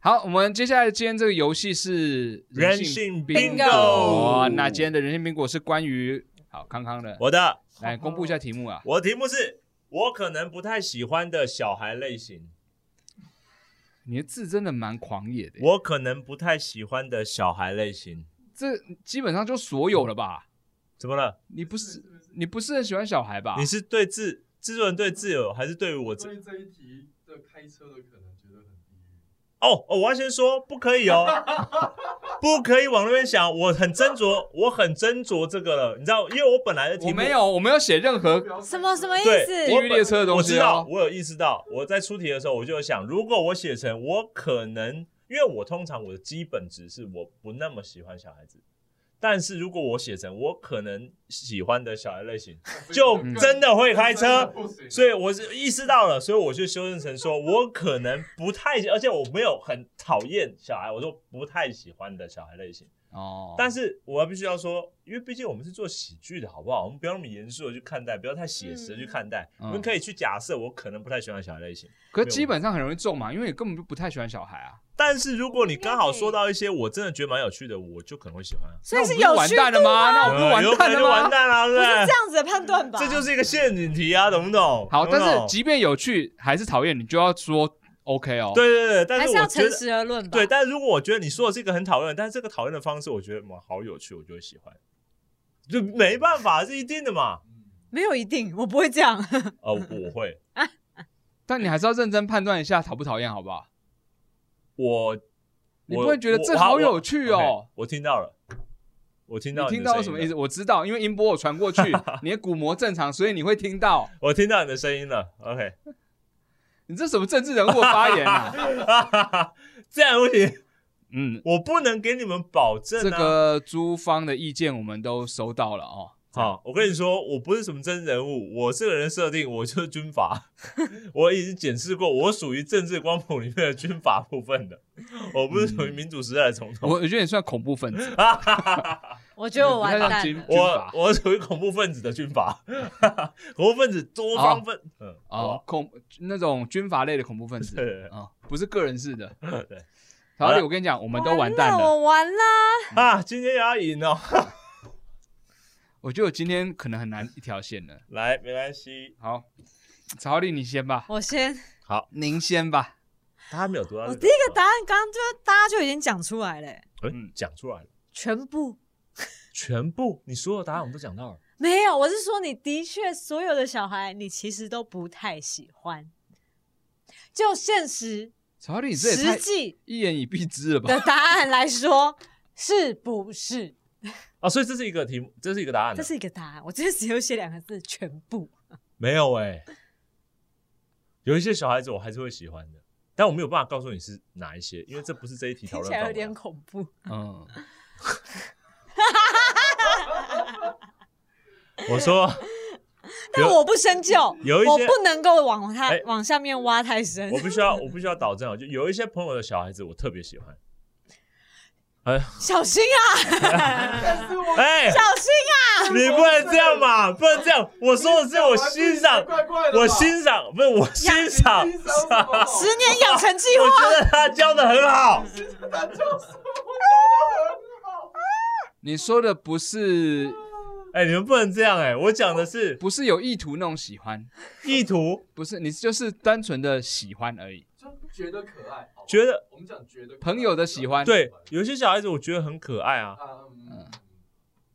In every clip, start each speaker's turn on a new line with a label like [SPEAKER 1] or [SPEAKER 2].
[SPEAKER 1] 好，我们接下来今天这个游戏是
[SPEAKER 2] 人性
[SPEAKER 3] bingo
[SPEAKER 1] 哦那今天的人性 bingo 是关于好康康的，
[SPEAKER 2] 我的
[SPEAKER 1] 来公布一下题目啊。
[SPEAKER 2] 我的题目是我可能不太喜欢的小孩类型，
[SPEAKER 1] 你的字真的蛮狂野的，
[SPEAKER 2] 我可能不太喜欢的小孩类型，
[SPEAKER 1] 这基本上就所有了吧？
[SPEAKER 2] 怎么了？
[SPEAKER 1] 你不是你不是很喜欢小孩吧？
[SPEAKER 2] 你是对自制作人对自由，还是对于我自
[SPEAKER 3] 关？于这一题的开车的可能觉得很低郁，
[SPEAKER 2] 哦哦，我要先说，不 可以哦，不可以往那边想。我很斟酌，我很斟酌这个了，你知道，因为我本来的题
[SPEAKER 1] 我
[SPEAKER 2] 目
[SPEAKER 1] 没，有，我没有写任
[SPEAKER 2] 呃
[SPEAKER 1] 何
[SPEAKER 3] 不要开
[SPEAKER 4] 什么
[SPEAKER 3] 车
[SPEAKER 4] 什么意
[SPEAKER 2] 对，
[SPEAKER 1] 地
[SPEAKER 2] 我
[SPEAKER 4] 思？
[SPEAKER 1] 狱
[SPEAKER 2] 本
[SPEAKER 1] 列车的东
[SPEAKER 2] 我
[SPEAKER 1] 西哦
[SPEAKER 2] 知道，我有意识到，我在出题的时候我就有想，如果我写成我可能，因为我通常我的基本值是我不那么喜欢小孩子，但是如果我写成我可能喜欢的小孩类型，
[SPEAKER 3] 啊嗯
[SPEAKER 2] 就真的会开车。所以我是意识到了，所以我就修正成说，我可能不太，而且我没有很讨厌小孩，我说不太喜欢的小孩类型。
[SPEAKER 1] 哦，
[SPEAKER 2] 但
[SPEAKER 1] 是
[SPEAKER 2] 是我必须要说，因为毕竟我们是做喜剧的，好不好？我们不要那么严肃的去看待，不要太写实的去看待。
[SPEAKER 1] 嗯
[SPEAKER 2] 我们可以去假设我可能不太喜欢小孩类型，
[SPEAKER 1] 可基本上很容易中嘛，因为你根本就不太喜欢小孩啊。
[SPEAKER 2] 但是如果你刚好说到一些我真的觉得蛮有趣的，我就可能会喜欢啊。
[SPEAKER 4] 所以是
[SPEAKER 1] 那我
[SPEAKER 4] 有
[SPEAKER 1] 不完
[SPEAKER 4] 趣
[SPEAKER 1] 蛋了
[SPEAKER 4] 度
[SPEAKER 1] 吗？那我哦不是
[SPEAKER 2] 呃有
[SPEAKER 1] 完蛋了吗？
[SPEAKER 2] 可能就完蛋了，
[SPEAKER 4] 不
[SPEAKER 2] 对不
[SPEAKER 4] 是这
[SPEAKER 2] 对？
[SPEAKER 4] 样子的判断吧？
[SPEAKER 2] 这就是一个陷阱题啊，懂不懂？
[SPEAKER 1] 好，
[SPEAKER 2] 懂不
[SPEAKER 1] 但
[SPEAKER 2] 懂
[SPEAKER 1] 是即便有趣还是讨厌，你就要说 OK 哦。，
[SPEAKER 2] 对对对，但
[SPEAKER 4] 还
[SPEAKER 2] 是
[SPEAKER 4] 是
[SPEAKER 2] 我
[SPEAKER 4] 要
[SPEAKER 2] 觉得
[SPEAKER 4] 诚实而论吧。
[SPEAKER 2] 对，但是如果我觉得你说的是一个很讨厌的，但是这个讨厌的方式，我觉得嘛好有趣，我就会喜欢，就没办法，是一定的嘛。
[SPEAKER 3] 嗯
[SPEAKER 4] 没有一定，我不会这样。
[SPEAKER 2] 呃，我会，
[SPEAKER 1] 但你还是要认真判断一下讨不讨厌，好不好？
[SPEAKER 2] 我
[SPEAKER 1] 你
[SPEAKER 2] 我
[SPEAKER 1] 不会觉得
[SPEAKER 2] 我
[SPEAKER 1] 这
[SPEAKER 2] 好
[SPEAKER 1] 好
[SPEAKER 2] 我
[SPEAKER 1] 有趣
[SPEAKER 2] OK，
[SPEAKER 1] 哦？
[SPEAKER 2] 我听到了，我听
[SPEAKER 1] 你
[SPEAKER 2] 到
[SPEAKER 1] 听
[SPEAKER 2] 的
[SPEAKER 1] 到
[SPEAKER 2] 声
[SPEAKER 1] 什么
[SPEAKER 2] 音
[SPEAKER 1] 意思？
[SPEAKER 2] 了？
[SPEAKER 1] 我知道，因为音波我传 过去，你的鼓膜正常，所以你会听到。
[SPEAKER 2] 我听到你的声音了。OK，
[SPEAKER 1] 你这什么政治人物的发言啊？
[SPEAKER 2] 这样不行，
[SPEAKER 1] 嗯，
[SPEAKER 2] 我不能给你们保证啊。
[SPEAKER 1] 这个朱方的意见我们都收到了 哦。
[SPEAKER 2] 好，我跟你说，我不是什么真人物，我这个人设定我就是军阀， 我已经检视过，我属于政治光谱里面的军阀部分的，我不是
[SPEAKER 1] 嗯
[SPEAKER 2] 属于民主时代的总
[SPEAKER 1] 我
[SPEAKER 2] 统。
[SPEAKER 1] 我觉得你算恐怖分子，啊
[SPEAKER 4] 我觉得我完
[SPEAKER 1] 不太像
[SPEAKER 4] 蛋
[SPEAKER 1] 金
[SPEAKER 4] 了。
[SPEAKER 1] 军
[SPEAKER 2] 我
[SPEAKER 1] 阀
[SPEAKER 2] 我属于恐怖分子的军阀， 恐怖分子多方分，嗯，
[SPEAKER 1] 哦
[SPEAKER 2] 好，
[SPEAKER 1] 恐那种军阀类的恐怖分子
[SPEAKER 2] 对
[SPEAKER 1] 啊、不是个人式的。
[SPEAKER 2] 吧，对
[SPEAKER 1] 小
[SPEAKER 2] 好
[SPEAKER 1] 李，
[SPEAKER 2] 了
[SPEAKER 1] 我跟你讲，我们都完蛋
[SPEAKER 4] 了，哦
[SPEAKER 1] 了。
[SPEAKER 4] 我完啦！
[SPEAKER 2] 啊，今天也要赢哦，
[SPEAKER 1] 我觉得我今天可能很难一条线了。
[SPEAKER 2] 来，没关系，
[SPEAKER 1] 好，曹丽你先吧，
[SPEAKER 4] 我先，
[SPEAKER 1] 您先吧。
[SPEAKER 2] 他没有读到那，
[SPEAKER 4] 我第一个答案刚刚就大家就已经讲出来了、欸
[SPEAKER 2] 答，嗯，讲出来了，
[SPEAKER 4] 全部
[SPEAKER 2] 全部你所有答案我们都讲到了，
[SPEAKER 4] 没有。我是说，你的确所有的小孩，你其实都不太喜欢。就现实
[SPEAKER 1] 曹丽，你这也
[SPEAKER 4] 实
[SPEAKER 1] 太
[SPEAKER 4] 际
[SPEAKER 1] 一言以蔽之了吧
[SPEAKER 4] 的？答案来说，是不是？
[SPEAKER 2] 啊，所以这是一个题目，这是一个答案啊了，
[SPEAKER 4] 这是一个答案。我这只有写两个字，全部。
[SPEAKER 2] 没有哎、有一些小孩子我还是会喜欢的，但我没有办法告诉你是哪一些，因为这不是这一题讨
[SPEAKER 4] 听
[SPEAKER 2] 论
[SPEAKER 4] 起来
[SPEAKER 1] 啊
[SPEAKER 2] 范
[SPEAKER 4] 有点
[SPEAKER 2] 围。啊
[SPEAKER 4] 恐怖。
[SPEAKER 1] 嗯，
[SPEAKER 2] 我说，
[SPEAKER 4] 但我不深究，
[SPEAKER 2] 有一
[SPEAKER 4] 我
[SPEAKER 2] 些
[SPEAKER 4] 不能够往它、
[SPEAKER 2] 哎
[SPEAKER 4] 往下面挖太深
[SPEAKER 2] 我。必须要，我必须要导正哦，就有一些朋友的小孩子我特别喜欢。哎
[SPEAKER 4] 小心 啊！
[SPEAKER 3] 但是我
[SPEAKER 2] 哎，
[SPEAKER 4] 小心啊
[SPEAKER 2] 你不能这样嘛，不能这样。我说的是我欣赏，
[SPEAKER 3] 怪怪的吧
[SPEAKER 2] 我欣赏，不是我欣赏，
[SPEAKER 3] 你欣赏什么
[SPEAKER 4] 啊！十年养成计
[SPEAKER 2] 我
[SPEAKER 4] 划，
[SPEAKER 2] 觉得他教的很好。
[SPEAKER 3] 他就是我
[SPEAKER 1] 你说的不是
[SPEAKER 2] 哎，你们不能这样哎，我讲的是
[SPEAKER 1] 不是有意图那种喜欢，
[SPEAKER 2] 意图，
[SPEAKER 1] 不是你就是单纯的喜欢而已。
[SPEAKER 3] 觉得很好， 就觉得可爱。好吧
[SPEAKER 2] 觉得
[SPEAKER 3] 我们讲觉得可爱
[SPEAKER 1] 朋友的喜欢，，
[SPEAKER 2] 对，有些小孩子我觉得很可爱啊。
[SPEAKER 3] 啊嗯，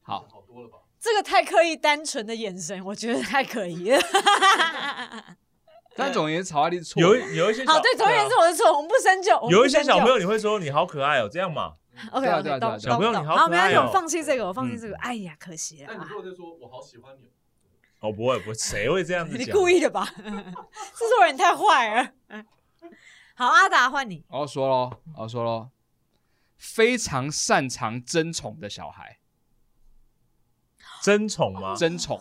[SPEAKER 1] 好
[SPEAKER 3] 好多了吧？
[SPEAKER 4] 这个太刻意单纯的眼神，我觉得太可疑了。
[SPEAKER 1] 但总而言之，曹阿丽是错
[SPEAKER 2] 有
[SPEAKER 1] 的嘛。
[SPEAKER 2] 一有一些小
[SPEAKER 4] 好，对，总而言之，
[SPEAKER 2] 啊
[SPEAKER 4] 我是错，我们不深究。
[SPEAKER 2] 有一些小朋
[SPEAKER 4] 友
[SPEAKER 2] 友你会说你好可爱哦，这样嘛？
[SPEAKER 4] ，OK
[SPEAKER 1] 对啊对啊对
[SPEAKER 4] OK，
[SPEAKER 1] 啊
[SPEAKER 4] 懂
[SPEAKER 1] 小
[SPEAKER 2] 朋友
[SPEAKER 4] 懂
[SPEAKER 2] 你
[SPEAKER 4] 懂
[SPEAKER 2] 好
[SPEAKER 4] 好，
[SPEAKER 2] 可
[SPEAKER 4] 没
[SPEAKER 2] 爱哦
[SPEAKER 4] 关系，我放弃这个，我放弃这个。
[SPEAKER 1] 嗯
[SPEAKER 4] 哎呀，可惜了
[SPEAKER 3] 但你
[SPEAKER 4] 啊！
[SPEAKER 3] 如果就说我好喜欢你哦，
[SPEAKER 2] 哦，不会不会，谁会这样子
[SPEAKER 4] 你
[SPEAKER 2] 讲？
[SPEAKER 4] 故意的吧？ 制作人太坏了。嗯好，阿达换你。
[SPEAKER 1] 然后哦说咯，然后说咯，非常擅长争宠的小孩，
[SPEAKER 2] 争宠吗？
[SPEAKER 1] 争宠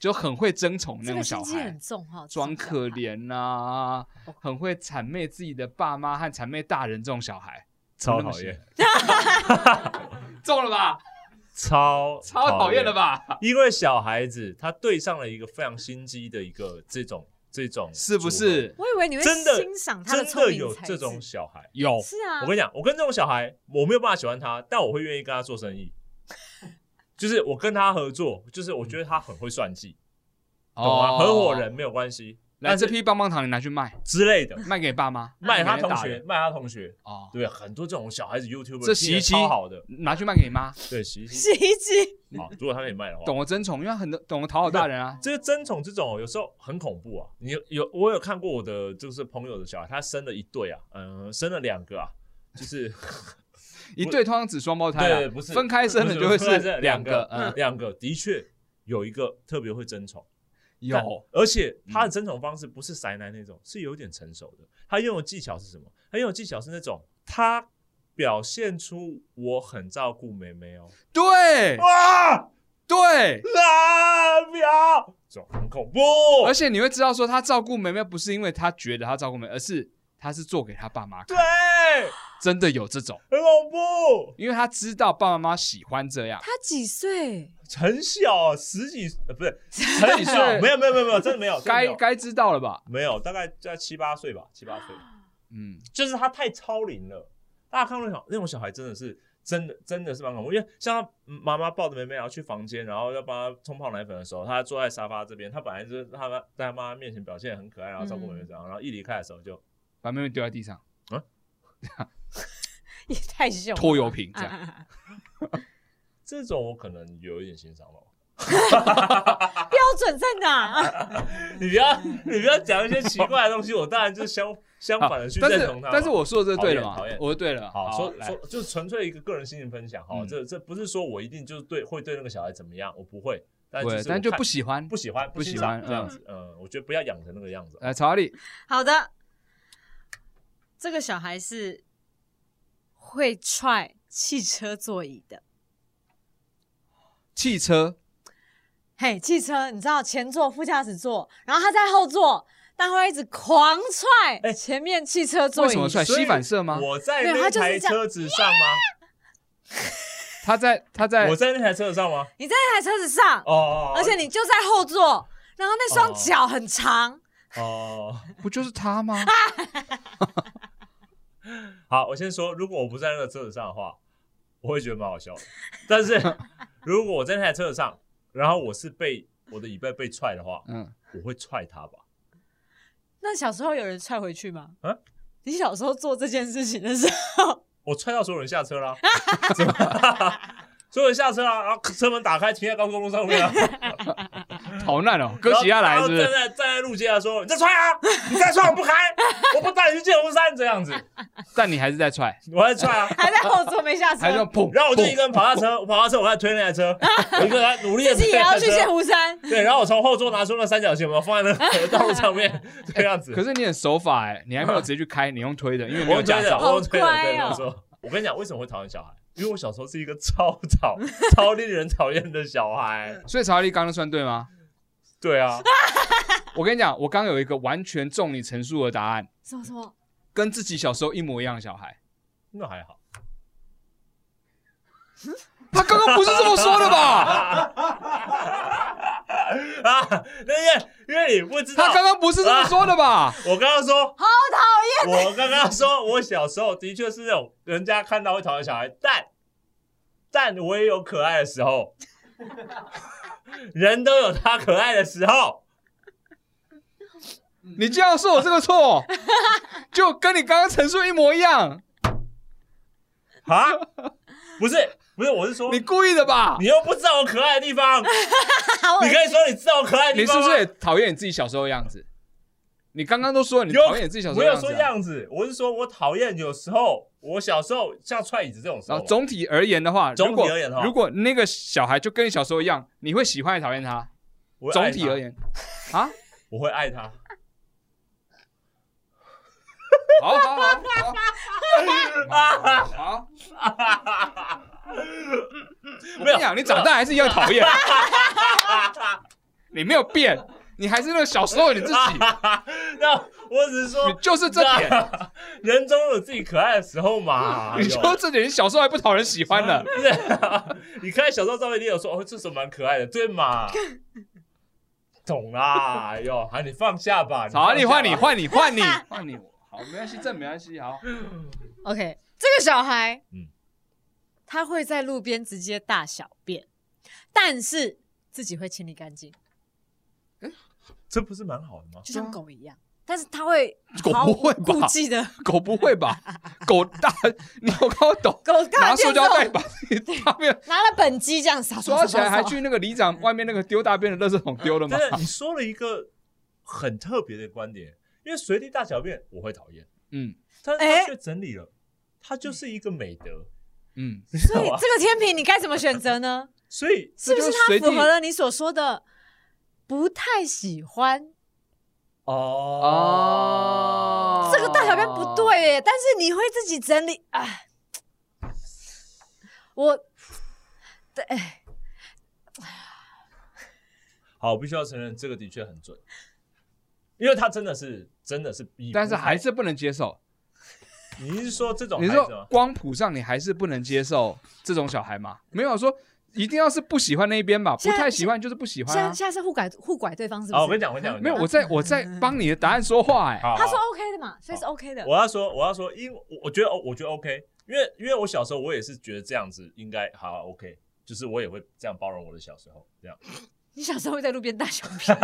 [SPEAKER 1] 就很会争宠那
[SPEAKER 4] 这
[SPEAKER 1] 种
[SPEAKER 4] 个
[SPEAKER 1] 小
[SPEAKER 4] 心机
[SPEAKER 1] 孩
[SPEAKER 4] 很。重哈，
[SPEAKER 1] 装可
[SPEAKER 4] 这种小孩。
[SPEAKER 1] 怜呐、很会谄媚自己的爸妈和谄媚大人这种小孩，
[SPEAKER 2] 超讨厌，
[SPEAKER 1] 中了吧？
[SPEAKER 2] 超
[SPEAKER 1] 超讨厌了？吧？
[SPEAKER 2] 因为小孩子他对上了一个非常心机的一个这种这种，
[SPEAKER 1] 是不？是？
[SPEAKER 4] 我以为你会
[SPEAKER 2] 真的
[SPEAKER 4] 欣赏他
[SPEAKER 2] 真
[SPEAKER 4] 聪
[SPEAKER 2] 的
[SPEAKER 4] 明
[SPEAKER 2] 有
[SPEAKER 4] 才
[SPEAKER 2] 这种
[SPEAKER 4] 智
[SPEAKER 2] 小孩，
[SPEAKER 1] 有
[SPEAKER 4] 是啊，
[SPEAKER 2] 我跟你讲，我跟这种小孩，我没有办法喜欢他，但我会愿意跟他做生意。就是我跟他合作，就是我觉得他很会算计，懂吗？合伙人没有关
[SPEAKER 1] 哦
[SPEAKER 2] 系，
[SPEAKER 1] 来
[SPEAKER 2] 但
[SPEAKER 1] 这
[SPEAKER 2] 是
[SPEAKER 1] 批棒棒糖，你拿去卖，
[SPEAKER 2] 之 类的，
[SPEAKER 1] 卖给爸妈，
[SPEAKER 2] 卖他
[SPEAKER 1] 给人
[SPEAKER 2] 同
[SPEAKER 1] 打
[SPEAKER 2] 学，
[SPEAKER 1] 人
[SPEAKER 2] 卖他同学，
[SPEAKER 1] 哦，
[SPEAKER 2] 对，很多这种小孩子 YouTube
[SPEAKER 1] 这洗衣机
[SPEAKER 2] 超好的，
[SPEAKER 1] 拿去卖给你妈，
[SPEAKER 2] 对，洗衣 机
[SPEAKER 4] 洗衣机
[SPEAKER 2] 好，如果他可以卖的话，
[SPEAKER 1] 懂得争宠，因为他很懂得讨好大人啊。
[SPEAKER 2] 这个争宠这种有时候很恐怖啊！你有有我有看过我的就是朋友的小孩，他生了一对啊，嗯、生了两个啊，就是
[SPEAKER 1] 一对通常指双胞胎啊，
[SPEAKER 2] 对不是
[SPEAKER 1] 分开生的就会
[SPEAKER 2] 不是不
[SPEAKER 1] 是
[SPEAKER 2] 两
[SPEAKER 1] 个，
[SPEAKER 2] 嗯
[SPEAKER 1] 嗯，
[SPEAKER 2] 两个的确有一个特别会争宠，
[SPEAKER 1] 有，
[SPEAKER 2] 但
[SPEAKER 1] 嗯
[SPEAKER 2] 而且他的争宠方式不是塞奶那种，是有点成熟的。他用的技巧是什么？他用的技巧是那种他表现出我很照顾妹妹哦，
[SPEAKER 1] 对
[SPEAKER 2] 哇，
[SPEAKER 1] 对，
[SPEAKER 2] 拉表，这种很恐怖，
[SPEAKER 1] 而且你会知道说他照顾妹妹不是因为他觉得他照顾妹妹，而是他是做给他爸妈看
[SPEAKER 2] 对，，啊
[SPEAKER 1] 真的有这种，
[SPEAKER 2] 很恐怖。
[SPEAKER 1] 因为他知道爸爸妈妈喜欢这样，
[SPEAKER 4] 他几 岁？
[SPEAKER 2] 很小，十几呃 不是十几岁啊，没有没有没有没有，真的没有，真的没
[SPEAKER 1] 该
[SPEAKER 2] 有
[SPEAKER 1] 该知道了吧？
[SPEAKER 2] 没有，大概在七八岁吧，七八岁，
[SPEAKER 1] 嗯，
[SPEAKER 2] 就是他太超龄了。大家看那种那种小孩真的是真的真的是蛮恐怖，因为像他妈妈抱着妹妹，然后去房间，然后要帮她冲泡奶粉的时候，他坐在沙发这边，他本来就是他妈在他妈妈面前表现得很可爱，然后照顾妹妹这样，然后一离开的时候就
[SPEAKER 1] 把妹妹丢在地上，
[SPEAKER 4] 也太凶了，
[SPEAKER 1] 拖油瓶这
[SPEAKER 4] 啊
[SPEAKER 1] 样，
[SPEAKER 4] 啊啊
[SPEAKER 2] 这种我可能有一点欣赏了。
[SPEAKER 4] 啊 标准在哪？
[SPEAKER 2] 你不要你不要讲一些奇怪的东西，我当然就是相 相反的去
[SPEAKER 1] 但
[SPEAKER 2] 啊认
[SPEAKER 1] 是
[SPEAKER 2] 同他嘛。
[SPEAKER 1] 但是我说的这对了嘛
[SPEAKER 2] 讨厌讨厌？
[SPEAKER 1] 我说对了，
[SPEAKER 2] 好，说
[SPEAKER 1] 来
[SPEAKER 2] 说就是纯粹一个个人心情分享哈，
[SPEAKER 1] 嗯
[SPEAKER 2] 这这不是说我一定就是对会对那个小孩怎么样，我不会，但
[SPEAKER 1] 对，
[SPEAKER 2] 是
[SPEAKER 1] 但就
[SPEAKER 2] 就
[SPEAKER 1] 不喜欢
[SPEAKER 2] 不。喜欢
[SPEAKER 1] 不喜
[SPEAKER 2] 欣赏
[SPEAKER 1] 欢
[SPEAKER 2] 这样子，嗯，我觉得不要养成那个样子。
[SPEAKER 1] 来，曹阿丽，
[SPEAKER 4] 好的，这个小孩是会踹汽车座椅的。
[SPEAKER 1] 汽车
[SPEAKER 4] 嘿，汽车，你知道前座、副驾驶座，然后他在后座，但他会一直狂
[SPEAKER 2] 哎
[SPEAKER 4] 踹前面汽车座椅。
[SPEAKER 1] 为什么踹
[SPEAKER 2] 所以
[SPEAKER 1] 吸反射吗
[SPEAKER 2] 我在
[SPEAKER 4] 没有
[SPEAKER 2] 那
[SPEAKER 4] 他就是
[SPEAKER 2] 台
[SPEAKER 4] 这样
[SPEAKER 2] 车子上吗？
[SPEAKER 1] 他在他在
[SPEAKER 2] 我在那台车子上吗？
[SPEAKER 4] 你在那台车子上，
[SPEAKER 2] 哦哦，哦
[SPEAKER 4] 而且你就在后座，然后那双脚很长，
[SPEAKER 2] 哦，
[SPEAKER 1] 不就是他 吗？
[SPEAKER 2] 好，我先说，如果我不在那个车子上的话，我会觉得蛮好笑的。但是如果我在那台车子上，然后我是被我的椅背被踹的话，
[SPEAKER 1] 嗯，
[SPEAKER 2] 我会踹他吧。
[SPEAKER 4] 那小时候有人踹回去吗？
[SPEAKER 2] 啊
[SPEAKER 4] 你小时候做这件事情的时候，
[SPEAKER 2] 我踹到所有人 下车啦， 怎么 所有人下车啦，然后车门打开，停在高速公路上面啊。
[SPEAKER 1] 逃难哦，哥吉拉来是
[SPEAKER 2] 然后
[SPEAKER 1] 不
[SPEAKER 2] 然
[SPEAKER 1] 是？
[SPEAKER 2] 后站在站在路街啊，说你再踹啊， 你再踹我不开，我不带你去见红山这样子，
[SPEAKER 1] 但你还是在踹，
[SPEAKER 2] 我还踹啊。
[SPEAKER 4] 还在后座没下车
[SPEAKER 1] 还，是要砰？
[SPEAKER 2] 然后我就
[SPEAKER 1] 砰
[SPEAKER 2] 一个人跑下车，我跑下车，我开始推那台 车，我一个人努力的
[SPEAKER 4] 自己也要去
[SPEAKER 2] 见
[SPEAKER 4] 见。湖山。
[SPEAKER 2] 对，然后我从后座拿出那三角形，我们放在那个 道路上面这样子。
[SPEAKER 1] 可是你很守法哎，你还 没有直接去开，你用推的，因为没有
[SPEAKER 2] 我
[SPEAKER 1] 驾
[SPEAKER 2] 推的，
[SPEAKER 1] 照。
[SPEAKER 2] 我推的，
[SPEAKER 4] 好乖哦
[SPEAKER 2] 对，没有错。我跟你讲，为什么会讨厌小孩？因为我小时候是一个超讨、超令人讨厌的小孩。
[SPEAKER 1] 所以曹阿丽刚刚算对吗？
[SPEAKER 2] 对啊，
[SPEAKER 1] 我跟你讲，我刚有一个完全中你陈述的答案，
[SPEAKER 4] 什么什么？
[SPEAKER 1] 跟自己小时候一模一样的小孩。
[SPEAKER 2] 那还好。
[SPEAKER 1] 他刚刚不是这么说的吧？
[SPEAKER 2] 啊，那个，因为你不知道
[SPEAKER 1] 他，刚刚不是这么说的吧？
[SPEAKER 2] 我刚刚说，
[SPEAKER 4] 好讨
[SPEAKER 2] 我刚刚说，我小时候的确是那种人家看到会讨厌小孩，但但我也有可爱的时候，人都有他可爱的时候。
[SPEAKER 1] 你这样说我这个错，就跟你刚刚陈述一模一样，
[SPEAKER 2] 啊？不是，不是，我是说
[SPEAKER 1] 你，故意的吧？
[SPEAKER 2] 你又不知道我可爱的地 方，你
[SPEAKER 4] 厌！
[SPEAKER 2] 可以说你知道我可爱的
[SPEAKER 1] 你
[SPEAKER 2] 地
[SPEAKER 1] 是
[SPEAKER 2] 方
[SPEAKER 1] 不
[SPEAKER 2] 吗
[SPEAKER 1] 是也讨厌你自己小时候的样子？你刚刚都说了你
[SPEAKER 2] 有
[SPEAKER 1] 讨厌你自己小时候的
[SPEAKER 2] 我有
[SPEAKER 1] 样子、啊，
[SPEAKER 2] 说样子，我是说我讨厌有时候我小时候像踹椅子这种时
[SPEAKER 1] 然
[SPEAKER 2] 候
[SPEAKER 1] 后，总体而言的话，
[SPEAKER 2] 总
[SPEAKER 1] 如果
[SPEAKER 2] 体而言的话
[SPEAKER 1] 如果那个小孩就跟你小时候一样，你会喜欢还是讨厌他？
[SPEAKER 2] 我会
[SPEAKER 1] 总
[SPEAKER 2] 爱他
[SPEAKER 1] 体而言，啊，
[SPEAKER 2] 我会爱他。
[SPEAKER 1] 好好 好好好好，我
[SPEAKER 2] 没
[SPEAKER 1] 跟你
[SPEAKER 2] 有
[SPEAKER 1] 讲，你长大还是一样讨厌，
[SPEAKER 2] 哈哈
[SPEAKER 1] 你没有变，你还是那个小时候的你自 己，
[SPEAKER 2] 哈哈，那我只是
[SPEAKER 1] 你
[SPEAKER 2] 说，
[SPEAKER 1] 就是这 点，
[SPEAKER 2] 那人总有自己可爱的时候嘛。
[SPEAKER 1] 你就这点，你小时候还不讨人喜欢 呢。
[SPEAKER 2] 不是，你看小时候照片，你有说哦，这时候蛮可爱的，对嘛？懂啦，哎呦，好，你放下吧。
[SPEAKER 1] 好，你换
[SPEAKER 2] 放
[SPEAKER 1] 你
[SPEAKER 2] 下吧，
[SPEAKER 1] 换你换你换你，好，没关系，这没关系，好，
[SPEAKER 4] OK，这个小孩，
[SPEAKER 2] 嗯
[SPEAKER 4] 他会在路边直接大小便，但是自己会清理干净，
[SPEAKER 2] 这不是蛮好的吗？
[SPEAKER 4] 就
[SPEAKER 1] 对啊
[SPEAKER 4] 像狗一样。但是他会
[SPEAKER 1] 狗
[SPEAKER 4] 毫
[SPEAKER 1] 不
[SPEAKER 4] 无
[SPEAKER 1] 会吧
[SPEAKER 4] 顾忌的，
[SPEAKER 1] 狗不会吧？狗大，你有搞懂？
[SPEAKER 4] 狗大
[SPEAKER 1] 拿
[SPEAKER 4] 便
[SPEAKER 1] 塑
[SPEAKER 4] 之
[SPEAKER 1] 胶
[SPEAKER 4] 后
[SPEAKER 1] 袋把自己大 便
[SPEAKER 4] 拿了本机这样扫扫
[SPEAKER 1] 抓
[SPEAKER 4] 扫
[SPEAKER 1] 起来，
[SPEAKER 4] 扫
[SPEAKER 1] 还
[SPEAKER 4] 扫
[SPEAKER 1] 去那个里长外面那个丢大便的垃圾桶丢了吗
[SPEAKER 2] 真？的，你说了一个很特别的观点，因为随地大小便我会讨厌，
[SPEAKER 1] 嗯
[SPEAKER 2] 但是
[SPEAKER 4] 哎
[SPEAKER 2] 他却整理了，它就是一个美德，
[SPEAKER 1] 嗯，
[SPEAKER 2] 你知
[SPEAKER 4] 所
[SPEAKER 2] 道
[SPEAKER 4] 以
[SPEAKER 2] 吗？
[SPEAKER 4] 这个天平你该怎么选择呢？
[SPEAKER 2] 所以
[SPEAKER 4] 是 不
[SPEAKER 1] 这就
[SPEAKER 4] 是
[SPEAKER 1] 是随
[SPEAKER 4] 他
[SPEAKER 1] 地
[SPEAKER 4] 符合了你所说的不太喜欢？
[SPEAKER 1] 哦
[SPEAKER 4] 这个大小便不对耶，但是你会自己整理，哎，我哎对
[SPEAKER 2] 好，我必须要承认，这个的确很准，因为它真的是真的是逼，
[SPEAKER 1] 但是还是不能接受。
[SPEAKER 2] 你是说这种
[SPEAKER 1] 你
[SPEAKER 2] 孩子哦
[SPEAKER 1] 说
[SPEAKER 2] 吗？
[SPEAKER 1] 光谱上你还是不能接受这种小孩吗？没有说一定要是不喜欢那一边吧，不
[SPEAKER 4] 现在
[SPEAKER 1] 太喜欢就是不喜欢
[SPEAKER 4] 下
[SPEAKER 1] 啊。
[SPEAKER 4] 下次互拐互拐对方是不
[SPEAKER 2] 好，
[SPEAKER 4] 是？
[SPEAKER 2] 哦我跟你讲，我跟你讲，
[SPEAKER 1] 没有，
[SPEAKER 2] 我跟
[SPEAKER 1] 我在我在帮你的答案说话哎、
[SPEAKER 2] 你讲好
[SPEAKER 4] 他
[SPEAKER 2] 好
[SPEAKER 4] 说 OK 的嘛，所以是 OK 的。
[SPEAKER 2] 我要说，我要说，因我我觉得，我觉得 OK，因为因为我小时候我也是觉得这样子应该好啊 OK，就是我也会这样包容我的小时候这样。
[SPEAKER 4] 你小时候会在路边大小便，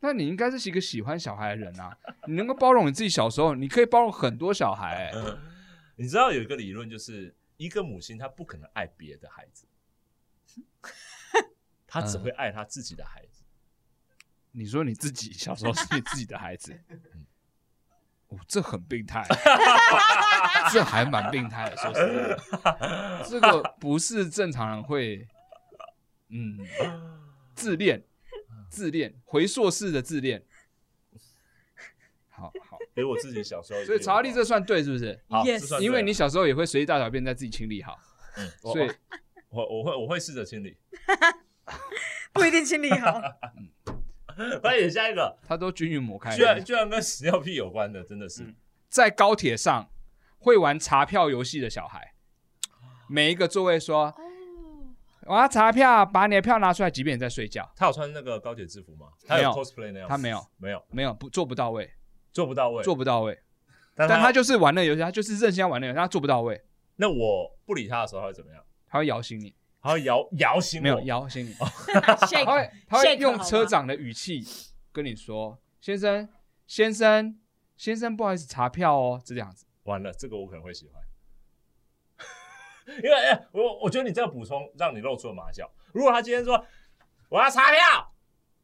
[SPEAKER 1] 那你应该是一个喜欢小孩的人啊，你能够包容你自己小时候，你可以包容很多小孩、哎
[SPEAKER 2] 你知道有一个理论，就是一个母亲她不可能爱别的孩子，她
[SPEAKER 1] 嗯
[SPEAKER 2] 只会爱她自己的孩子。
[SPEAKER 1] 你说你自己小时候是你自己的孩 子，嗯哦，这很病态，这还蛮病态的，说实话，这个不是正常人会，嗯，自恋，自恋，回溯式的自恋，好好，
[SPEAKER 2] 给我自己小时候一个愿望，
[SPEAKER 1] 所以查理这算对是不是？
[SPEAKER 2] 好
[SPEAKER 4] Yes
[SPEAKER 2] 这哎算对啊
[SPEAKER 1] 因为你小时候也会随地大小便，再自己清理好，
[SPEAKER 2] 嗯我
[SPEAKER 1] 所以
[SPEAKER 2] 我我会我会试着清理。
[SPEAKER 4] 不一定清理好。哦
[SPEAKER 2] 而且下一个
[SPEAKER 1] 它都均匀抹开
[SPEAKER 2] 居。然居然跟屎尿屁有关的，真的是
[SPEAKER 1] 嗯在高铁上会玩查票游戏的小孩，每一个座位说。
[SPEAKER 4] 哦，
[SPEAKER 1] 我要查票，把你的票拿出来，即便你在睡觉，
[SPEAKER 2] 他有穿那个高铁制服吗？他
[SPEAKER 1] 没有
[SPEAKER 2] cosplay 那样子？
[SPEAKER 1] 他没有，
[SPEAKER 2] 没有，
[SPEAKER 1] 没有不做不到位，
[SPEAKER 2] 做不到位，
[SPEAKER 1] 做不到位。
[SPEAKER 2] 但
[SPEAKER 1] 但他就是玩那个游戏，他就是任性要玩那个游戏，他做不到位，
[SPEAKER 2] 那我不理他的时候，他会怎么样？
[SPEAKER 1] 他会摇醒你，
[SPEAKER 2] 他会摇摇醒我，
[SPEAKER 1] 没有摇醒 你，他
[SPEAKER 4] shake
[SPEAKER 1] 会他会
[SPEAKER 4] shake
[SPEAKER 1] 用
[SPEAKER 4] 好吗
[SPEAKER 1] 车长的语气跟你说：“先生，先生，先生，不好意思，查票哦。”这样子，
[SPEAKER 2] 完了，这个我可能会喜欢。因为哎、我我觉得你这个补充让你露出了马脚。如果他今天说我要查票，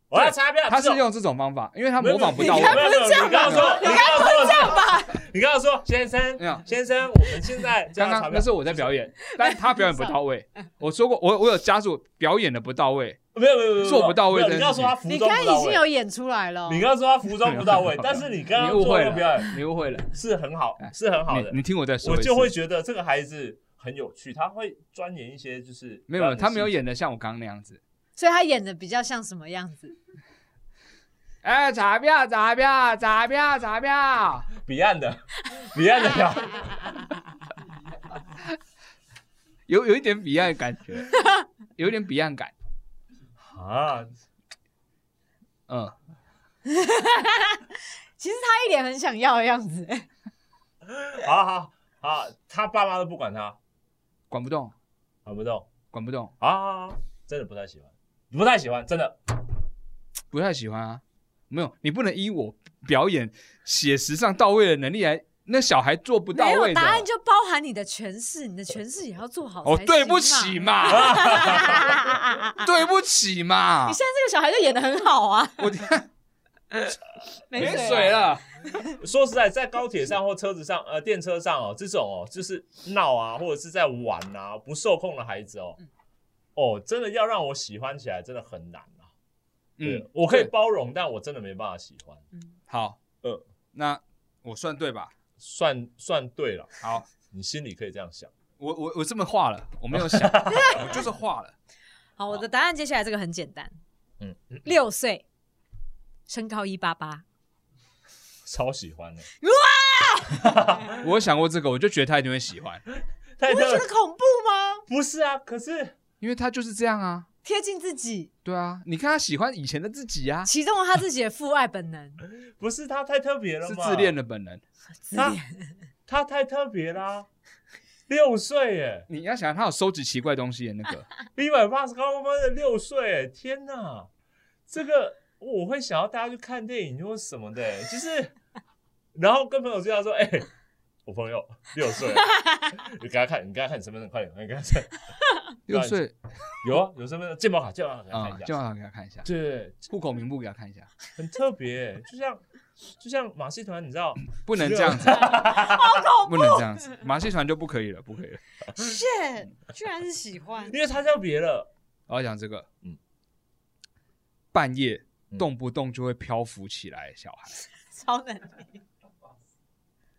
[SPEAKER 2] 我要查票，
[SPEAKER 1] 他
[SPEAKER 2] 啊这
[SPEAKER 1] 是
[SPEAKER 2] 种
[SPEAKER 1] 用这种方法，因为他
[SPEAKER 2] 没有
[SPEAKER 1] 模仿不到
[SPEAKER 2] 没
[SPEAKER 1] 位
[SPEAKER 2] 有。没有没有你
[SPEAKER 4] 你该
[SPEAKER 2] 刚
[SPEAKER 4] 不
[SPEAKER 2] 刚
[SPEAKER 4] 是
[SPEAKER 2] 说，你刚刚说这样
[SPEAKER 4] 吧？
[SPEAKER 2] 你刚刚说先
[SPEAKER 1] 没有
[SPEAKER 2] 生，先生，我们现在就要
[SPEAKER 1] 刚
[SPEAKER 2] 查
[SPEAKER 1] 刚
[SPEAKER 2] 票
[SPEAKER 1] 那是我在表演，但他表演不到 位。
[SPEAKER 4] 嗯
[SPEAKER 1] 我说过，我我有加入表演的不到位，
[SPEAKER 2] 没有没有没有
[SPEAKER 1] 做不到位
[SPEAKER 2] 没有
[SPEAKER 1] 这
[SPEAKER 2] 你
[SPEAKER 1] 件
[SPEAKER 2] 刚刚
[SPEAKER 1] 事
[SPEAKER 2] 说
[SPEAKER 1] 情
[SPEAKER 2] 他服
[SPEAKER 4] 你
[SPEAKER 2] 装
[SPEAKER 4] 刚
[SPEAKER 2] 不
[SPEAKER 4] 刚
[SPEAKER 2] 到
[SPEAKER 4] 已
[SPEAKER 2] 位
[SPEAKER 4] 经，有演出来
[SPEAKER 1] 哦
[SPEAKER 4] 了，
[SPEAKER 2] 你刚刚说他服装不 到位，但是你刚
[SPEAKER 1] 你
[SPEAKER 2] 刚
[SPEAKER 1] 误
[SPEAKER 2] 做
[SPEAKER 1] 会
[SPEAKER 2] 的表
[SPEAKER 1] 了
[SPEAKER 2] 演，
[SPEAKER 1] 你误会了。
[SPEAKER 2] 是很 好，是很好的
[SPEAKER 1] 你。你听我再说一
[SPEAKER 2] 我
[SPEAKER 1] 次，
[SPEAKER 2] 就会觉得这个孩子很有趣，他会钻研一些就是
[SPEAKER 1] 没有，他没有
[SPEAKER 2] 演。
[SPEAKER 1] 演的像我刚刚那样子。
[SPEAKER 4] 所以他演的比较像什么样子？
[SPEAKER 1] 哎，查票，查票，查票，查票！
[SPEAKER 2] 彼岸的，彼岸的票，
[SPEAKER 1] 有有一点彼岸的感觉，有一点彼岸感。
[SPEAKER 2] 啊，
[SPEAKER 1] 嗯，
[SPEAKER 4] 其实他一脸很想要的样子。
[SPEAKER 2] 好好好，他爸妈都不管他，
[SPEAKER 1] 管不动，
[SPEAKER 2] 管不动
[SPEAKER 1] 管不动，
[SPEAKER 2] 啊，真的不太喜欢，不太喜欢，真的
[SPEAKER 1] 不太喜欢啊。没有，你不能依我表演写实上到位的能力来，那小孩做不到
[SPEAKER 4] 没有
[SPEAKER 1] 位的
[SPEAKER 4] 答。案就包含你的诠释，你的诠释也要做好。
[SPEAKER 1] 哦，对不 起。嘛，对不起嘛
[SPEAKER 4] 你，现在这个小孩就演的很好啊，
[SPEAKER 1] 我看
[SPEAKER 4] 没
[SPEAKER 1] 没
[SPEAKER 4] 水
[SPEAKER 1] 水
[SPEAKER 4] 了。
[SPEAKER 1] 了。
[SPEAKER 2] 说实在，在高铁上或车子上，呃，电车上哦，这种哦，就是闹啊，或者是在玩啊，不受控的孩子哦，哦，真的要让我喜欢起来，真的很难啊。对，
[SPEAKER 1] 嗯，
[SPEAKER 2] 我可以
[SPEAKER 1] 对
[SPEAKER 2] 包容，但我真的没办法喜欢。
[SPEAKER 1] 好，
[SPEAKER 2] 呃，
[SPEAKER 1] 那我算对吧？
[SPEAKER 2] 算算对了，
[SPEAKER 1] 好，
[SPEAKER 2] 你心里可以这样想。
[SPEAKER 1] 我我我这么画了，我没有 想，我就是画了。
[SPEAKER 4] 好，我的答案接下来这个很简单。
[SPEAKER 2] 嗯
[SPEAKER 4] 嗯，六岁，身高一八八，
[SPEAKER 2] 超喜欢的，
[SPEAKER 1] 我有想过这个，我就觉得他一定会喜欢，
[SPEAKER 2] 太
[SPEAKER 4] 不会
[SPEAKER 2] 特
[SPEAKER 4] 觉得恐怖吗？
[SPEAKER 2] 不是啊，可是
[SPEAKER 1] 因为他就是这样啊。
[SPEAKER 4] 贴近自己，
[SPEAKER 1] 对啊，你看他喜欢以前的自己啊，
[SPEAKER 4] 启动了他自己的父爱本能，
[SPEAKER 2] 不是他太特别了
[SPEAKER 1] 是
[SPEAKER 2] 嘛？
[SPEAKER 1] 自恋的本能。
[SPEAKER 4] 自
[SPEAKER 2] 啊
[SPEAKER 4] 恋。
[SPEAKER 2] 他太特别啦，六岁耶，
[SPEAKER 1] 你要想他有收集奇怪东西的那个，
[SPEAKER 2] 一百八十高分的六岁耶，天哪，这个我会想要大家去看电影或什么的耶，就是，然后跟朋友介绍说，哎、我朋友六岁， 你给他看，你给他看你身份证，快点，你给他看，
[SPEAKER 1] 六岁
[SPEAKER 2] 有啊，有身份证，健保卡，健保卡，给他
[SPEAKER 1] 啊
[SPEAKER 2] 看，一
[SPEAKER 1] 就
[SPEAKER 2] 下，
[SPEAKER 1] 要给他看一下，
[SPEAKER 2] 对，
[SPEAKER 1] 户口名簿给他看一 下，
[SPEAKER 2] 很特别耶，就像就像马戏团，你知道，
[SPEAKER 1] 不能这样子，
[SPEAKER 2] 啊
[SPEAKER 1] 不能这样 子，马戏团就不可以了，不可以了。
[SPEAKER 4] shit，居然是喜欢
[SPEAKER 2] 因为他特别了，
[SPEAKER 1] 我要讲这个，
[SPEAKER 2] 嗯
[SPEAKER 1] 半夜
[SPEAKER 2] 嗯
[SPEAKER 1] 动不动就会漂浮起来的小孩，
[SPEAKER 4] 超能力，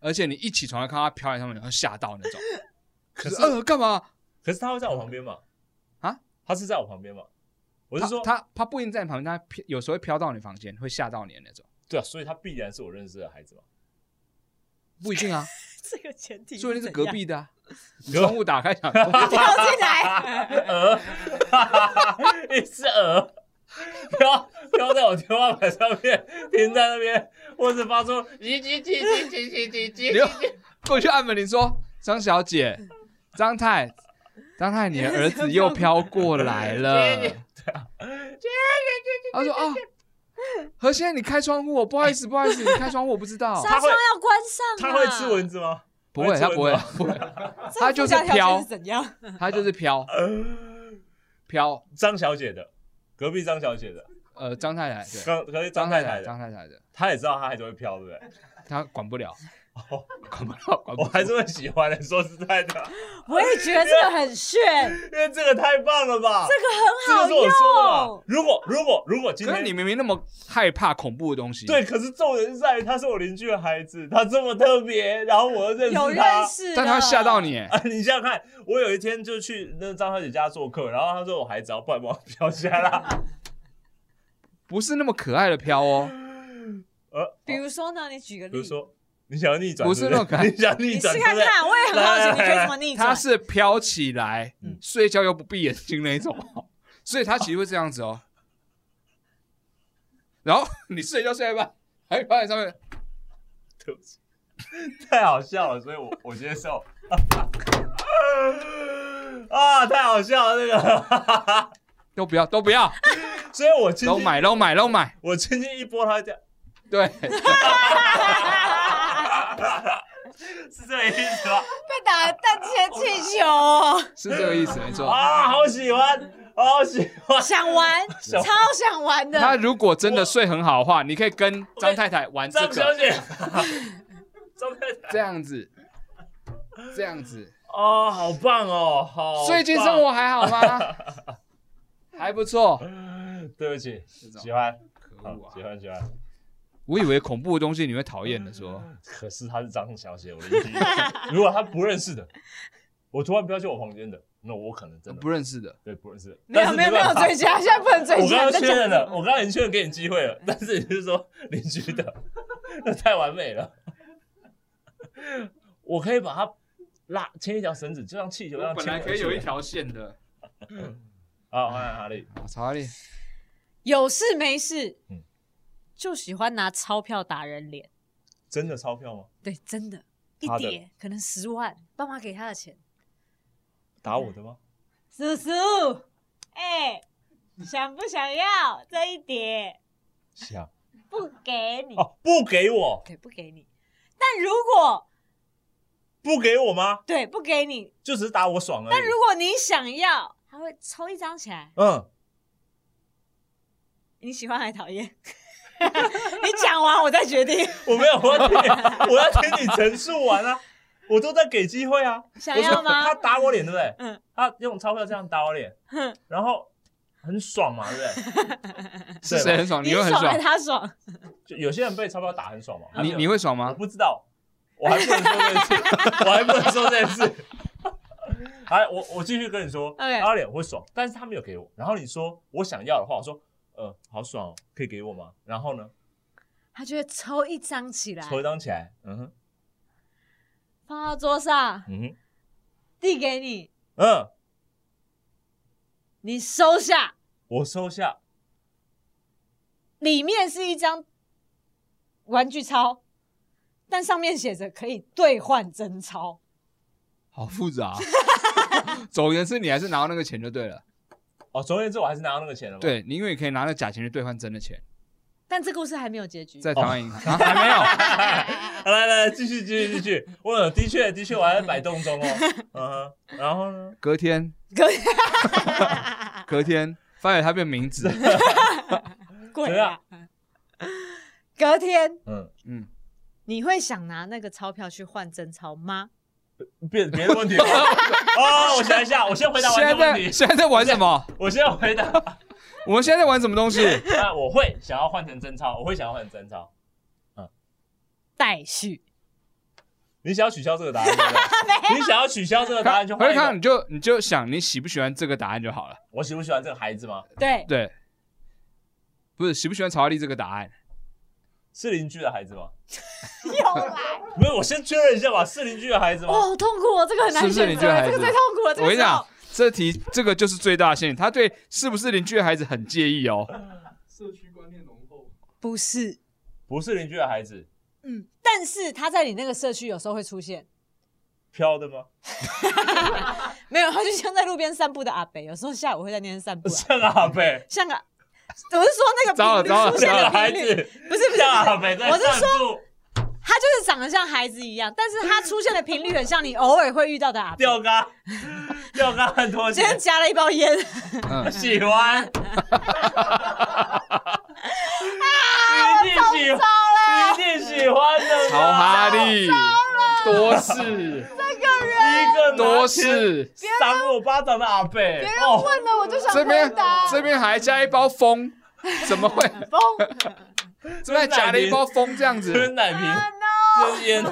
[SPEAKER 1] 而且你一起床就看他飘在上面，然后吓到那种。
[SPEAKER 2] 可
[SPEAKER 1] 可
[SPEAKER 2] 是
[SPEAKER 1] 是呃，干嘛？
[SPEAKER 2] 可是他会在我旁边嘛？
[SPEAKER 1] 啊，
[SPEAKER 2] 他是在我旁边嘛？我
[SPEAKER 1] 我
[SPEAKER 2] 是说，
[SPEAKER 1] 他他他不一定在你旁边，他飘有时候会飘到你房间，会吓到你的那种。
[SPEAKER 2] 对啊，所以他必然是我认识的孩子嘛。
[SPEAKER 1] 不一定啊，
[SPEAKER 4] 这个 前提
[SPEAKER 1] 说不定是
[SPEAKER 4] 怎
[SPEAKER 1] 隔
[SPEAKER 4] 样啊
[SPEAKER 1] 壁的啊。你
[SPEAKER 2] 隔
[SPEAKER 1] 窗户打开想 说，
[SPEAKER 4] 跳进来，
[SPEAKER 2] 鹅，你是鹅，飘飘在我天花板上面，停在那边，或是发出叽叽叽叽叽叽叽
[SPEAKER 1] 你
[SPEAKER 2] 叽
[SPEAKER 1] 就 过去按门铃说：“张小姐，张太，张太，你的儿子又飘过来了。” 他说：“啊，何先生，你开窗户哦，不好意思，不好意思，你开窗户，我不知 道。
[SPEAKER 4] 纱
[SPEAKER 2] 会
[SPEAKER 4] 窗要关上啊。
[SPEAKER 2] 他会吃蚊子吗？
[SPEAKER 1] 不会，他不会，不会，
[SPEAKER 4] 这
[SPEAKER 1] 他
[SPEAKER 4] 附
[SPEAKER 1] 就是
[SPEAKER 4] 加条件
[SPEAKER 1] 飘
[SPEAKER 4] 是怎样？
[SPEAKER 1] 他就是飘飘。
[SPEAKER 2] 张小姐的，隔壁张小姐的，
[SPEAKER 1] 呃，张太太，对，
[SPEAKER 2] 隔隔壁张
[SPEAKER 1] 张
[SPEAKER 2] 太太
[SPEAKER 1] 太，
[SPEAKER 2] 的
[SPEAKER 1] 张，太太的，
[SPEAKER 2] 她也知道她还是会飘，对不对？
[SPEAKER 1] 他管不了
[SPEAKER 2] 哦，
[SPEAKER 1] 管不了，管不
[SPEAKER 2] 我
[SPEAKER 1] 了。
[SPEAKER 2] 还是会喜欢的，说实在的，
[SPEAKER 4] 我也觉得这个很炫，
[SPEAKER 2] 因为这个太棒了吧？这个
[SPEAKER 4] 这个
[SPEAKER 2] 是我
[SPEAKER 4] 很好
[SPEAKER 2] 说的嘛
[SPEAKER 4] 用。。
[SPEAKER 2] 如果如果如果今
[SPEAKER 1] 可是
[SPEAKER 2] 天
[SPEAKER 1] 你明明那么害怕恐怖的东西，
[SPEAKER 2] 对，，可是重点是在于他是我邻居的孩子，他这么特别，然后我又认识他。
[SPEAKER 4] 有认识，
[SPEAKER 1] 但他会吓到。你， 欸
[SPEAKER 2] 啊！你想想看，我有一天就去那张小姐家做客，然后她说我孩子要不然帮我飘下来。
[SPEAKER 1] 不是那么可爱的飘哦。”
[SPEAKER 2] 嗯呃，
[SPEAKER 4] 比如说呢，你举个例，
[SPEAKER 2] 比如说你想要逆转，
[SPEAKER 1] 不是那
[SPEAKER 2] 对
[SPEAKER 1] 么可
[SPEAKER 2] 对
[SPEAKER 1] 爱
[SPEAKER 2] 你想逆
[SPEAKER 4] 你
[SPEAKER 2] 转，
[SPEAKER 4] 试看
[SPEAKER 2] 对不对
[SPEAKER 4] 看，我也很好奇，
[SPEAKER 2] 来来
[SPEAKER 4] 你觉得怎么逆转？
[SPEAKER 1] 他是飘起来
[SPEAKER 2] 嗯，
[SPEAKER 1] 睡觉又不闭眼睛那一种， 所以他其实会这样子哦。然后你睡觉睡到一半，还趴在上面，
[SPEAKER 2] 对不起， 太好笑了，所以我我接受。 啊，太好笑了，这个，
[SPEAKER 1] 都不要，都不要，
[SPEAKER 2] 所以我轻
[SPEAKER 1] 都
[SPEAKER 2] 轻，
[SPEAKER 1] 买，都买，都买。
[SPEAKER 2] 我轻轻一拨他这样，
[SPEAKER 1] 对，
[SPEAKER 2] 是这个意思吗？
[SPEAKER 4] 被打弹铅气球哦，
[SPEAKER 1] 是这个意思，没错。
[SPEAKER 2] 啊，好喜欢，好喜欢，
[SPEAKER 4] 想玩，
[SPEAKER 2] 想
[SPEAKER 4] 超想玩的。
[SPEAKER 1] 他如果真的睡很好的话，你可以跟张太太玩这
[SPEAKER 2] 张小
[SPEAKER 1] 个，
[SPEAKER 2] 姐，张太太，
[SPEAKER 1] 这样子，这样子。
[SPEAKER 2] 哦，好棒哦，好，
[SPEAKER 1] 最近生活，还好 吗？还不错。
[SPEAKER 2] 对不起，
[SPEAKER 1] 这
[SPEAKER 2] 喜
[SPEAKER 1] 种
[SPEAKER 2] 欢，
[SPEAKER 1] 可
[SPEAKER 2] 好
[SPEAKER 1] 恶啊
[SPEAKER 2] 喜！欢喜欢，
[SPEAKER 1] 我以为恐怖的东西你会讨厌的，说
[SPEAKER 2] 可是她是张小姐，我的弟弟， 如果她不认识的，我突然飘去我房间的，那我可能真的
[SPEAKER 1] 啊不认识的。
[SPEAKER 2] 对不认识的，
[SPEAKER 4] 没
[SPEAKER 2] 但
[SPEAKER 4] 有
[SPEAKER 2] 是
[SPEAKER 4] 没有没有
[SPEAKER 2] 办法
[SPEAKER 4] 追加，现在不能追
[SPEAKER 2] 我刚
[SPEAKER 4] 加。
[SPEAKER 2] 刚确认了，我刚刚已经确认给你机会了，但是你是说邻居的，那太完美了。我可以把它拉牵一条绳子，就像气球一样牵过去。
[SPEAKER 1] 条线的。
[SPEAKER 2] 啊，欢迎哈利。
[SPEAKER 1] 查理，
[SPEAKER 4] 有事没事
[SPEAKER 2] 嗯，
[SPEAKER 4] 就喜欢拿钞票打人脸。
[SPEAKER 2] 真的钞票吗？
[SPEAKER 4] 对，真的，一
[SPEAKER 2] 他的
[SPEAKER 4] 叠可能十万，爸妈给他的钱。
[SPEAKER 2] 打我的吗？
[SPEAKER 4] 叔叔，哎、想不想要这一叠？
[SPEAKER 2] 想
[SPEAKER 4] 不给你，
[SPEAKER 2] 哦，不给我，
[SPEAKER 4] 给不给你？但如果
[SPEAKER 2] 不给我吗？
[SPEAKER 4] 对不给你，
[SPEAKER 2] 就只是打我爽而已。
[SPEAKER 4] 但如果你想要，他会抽一张起来。
[SPEAKER 2] 嗯，
[SPEAKER 4] 你喜欢还讨厌？ 你讲完我再决定。
[SPEAKER 2] 我没有，我要听，我要听你陈述完啊。我都在给机会啊。
[SPEAKER 4] 想要吗
[SPEAKER 2] 我说他打我脸，对不对？
[SPEAKER 4] 嗯
[SPEAKER 2] 他用钞票这样打我脸，然后很爽嘛，对不 对？
[SPEAKER 1] 是
[SPEAKER 2] 对
[SPEAKER 1] 谁
[SPEAKER 2] 吧
[SPEAKER 1] 很爽？
[SPEAKER 4] 你
[SPEAKER 1] 你会很
[SPEAKER 4] 还
[SPEAKER 1] 爽
[SPEAKER 4] 是？他爽？
[SPEAKER 2] 就有些人被钞票打很爽嘛。还没
[SPEAKER 1] 你
[SPEAKER 2] 有
[SPEAKER 1] 你会爽
[SPEAKER 2] 我
[SPEAKER 1] 吗？
[SPEAKER 2] 不知道，我还不能说这件事，我还不能说这件事。 哎，我我继续跟你说，
[SPEAKER 4] OK
[SPEAKER 2] 阿脸会爽，但是他没有给我。然后你说我想要的话，我说呃，好爽哦，可以给我吗？然后呢，
[SPEAKER 4] 他就会抽一张起来，
[SPEAKER 2] 抽一张起来，嗯哼，
[SPEAKER 4] 放到桌上，
[SPEAKER 2] 嗯 哼，
[SPEAKER 4] 递给你，
[SPEAKER 2] 嗯，
[SPEAKER 4] 你收下，
[SPEAKER 2] 我收下，
[SPEAKER 4] 里面是一张玩具钞，但上面写着可以兑换真钞。
[SPEAKER 1] 好复杂。啊 总而言之，你还是拿到那个钱就对了。
[SPEAKER 2] 哦，总而言之，我还是拿到那个钱了嘛。，
[SPEAKER 1] 对你因为可以拿那假钱去兑换真的钱，
[SPEAKER 4] 但这故事还没有结局。
[SPEAKER 1] 在台湾银
[SPEAKER 2] 哦
[SPEAKER 1] 行、啊、还没有。
[SPEAKER 2] 好来来，继续继续继续。我的确的确，我还在摆动中哦。嗯哼，然后呢？
[SPEAKER 1] 隔天，
[SPEAKER 4] 啊
[SPEAKER 1] 隔天发现他变名字，
[SPEAKER 4] 贵
[SPEAKER 2] 怎样
[SPEAKER 4] 啊！隔天
[SPEAKER 2] 嗯，
[SPEAKER 1] 嗯，
[SPEAKER 4] 你会想拿那个钞票去换真钞吗？
[SPEAKER 2] 别别的问题了。哦，我想一下，我先回答完
[SPEAKER 1] 现在
[SPEAKER 2] 这个问
[SPEAKER 1] 在
[SPEAKER 2] 题。
[SPEAKER 1] 现在在玩什么？
[SPEAKER 2] 我先回答。
[SPEAKER 1] 我们现在在玩什么东西？
[SPEAKER 2] 那我会想要换成真钞，我会想要换成真钞。
[SPEAKER 4] 待续，
[SPEAKER 2] 你想要取消这个答案对不对？你想要取消这个答案就换
[SPEAKER 1] 回
[SPEAKER 2] 一个
[SPEAKER 1] 看你就你就想你喜不喜欢这个答案就好了。
[SPEAKER 2] 我喜不喜欢这个孩子吗？
[SPEAKER 4] 对，
[SPEAKER 1] 对，不是喜不喜欢曹阿丽这个答案？
[SPEAKER 2] 是邻居的孩子吗？
[SPEAKER 4] 又来，
[SPEAKER 2] 没有，我先确认一下吧。是邻居的孩子吗？
[SPEAKER 4] 哇，好痛苦哦，这个很难
[SPEAKER 1] 是不是
[SPEAKER 4] 选
[SPEAKER 1] 你这个
[SPEAKER 4] 择，
[SPEAKER 1] 孩子
[SPEAKER 4] 这个最痛苦 了。这
[SPEAKER 1] 我跟你
[SPEAKER 4] 个时
[SPEAKER 1] 讲
[SPEAKER 4] 候，，
[SPEAKER 1] 这题这个就是最大的陷阱。他对是不是邻居的孩子很介意 哦。
[SPEAKER 3] 社区观念浓 厚，
[SPEAKER 4] 不是，
[SPEAKER 2] 不是邻居的孩子，
[SPEAKER 4] 嗯，但是他在你那个社区有时候会出现，
[SPEAKER 2] 飘的吗？
[SPEAKER 4] 没有，他就像在路边散步的阿北，有时候下午会在那边散步、啊，
[SPEAKER 2] 像阿北，
[SPEAKER 4] 像个，我是说那
[SPEAKER 1] 糟了
[SPEAKER 4] 个频
[SPEAKER 1] 糟了
[SPEAKER 4] 率出现
[SPEAKER 2] 像
[SPEAKER 4] 的
[SPEAKER 2] 个孩
[SPEAKER 4] 频率，
[SPEAKER 2] 子，
[SPEAKER 4] 不是不是
[SPEAKER 2] 像阿
[SPEAKER 4] 不
[SPEAKER 2] 北
[SPEAKER 4] 是，
[SPEAKER 2] 在
[SPEAKER 4] 我是
[SPEAKER 2] 散
[SPEAKER 4] 说
[SPEAKER 2] 步，
[SPEAKER 4] 他就是长得像孩子一样，但是他出现的频率很像你偶尔会遇到的阿伯。
[SPEAKER 2] 吊嘎，吊嘎和拖鞋
[SPEAKER 4] 今，天夹了一包烟，
[SPEAKER 1] 嗯，
[SPEAKER 2] 喜欢。
[SPEAKER 4] 啊
[SPEAKER 2] 你一定喜欢，你一定喜欢的
[SPEAKER 1] 曹
[SPEAKER 2] 嘛。
[SPEAKER 1] 哈利多事
[SPEAKER 2] 一个拿
[SPEAKER 1] 多
[SPEAKER 2] 钱
[SPEAKER 1] 事，
[SPEAKER 2] 赏我巴掌的阿北，哦，
[SPEAKER 4] 问了我就想
[SPEAKER 1] 这边这边还加一包风，怎么会？
[SPEAKER 4] 风，
[SPEAKER 1] 这边还夹了一包风这样
[SPEAKER 2] 这是
[SPEAKER 1] 子？
[SPEAKER 2] 奶瓶，这是烟，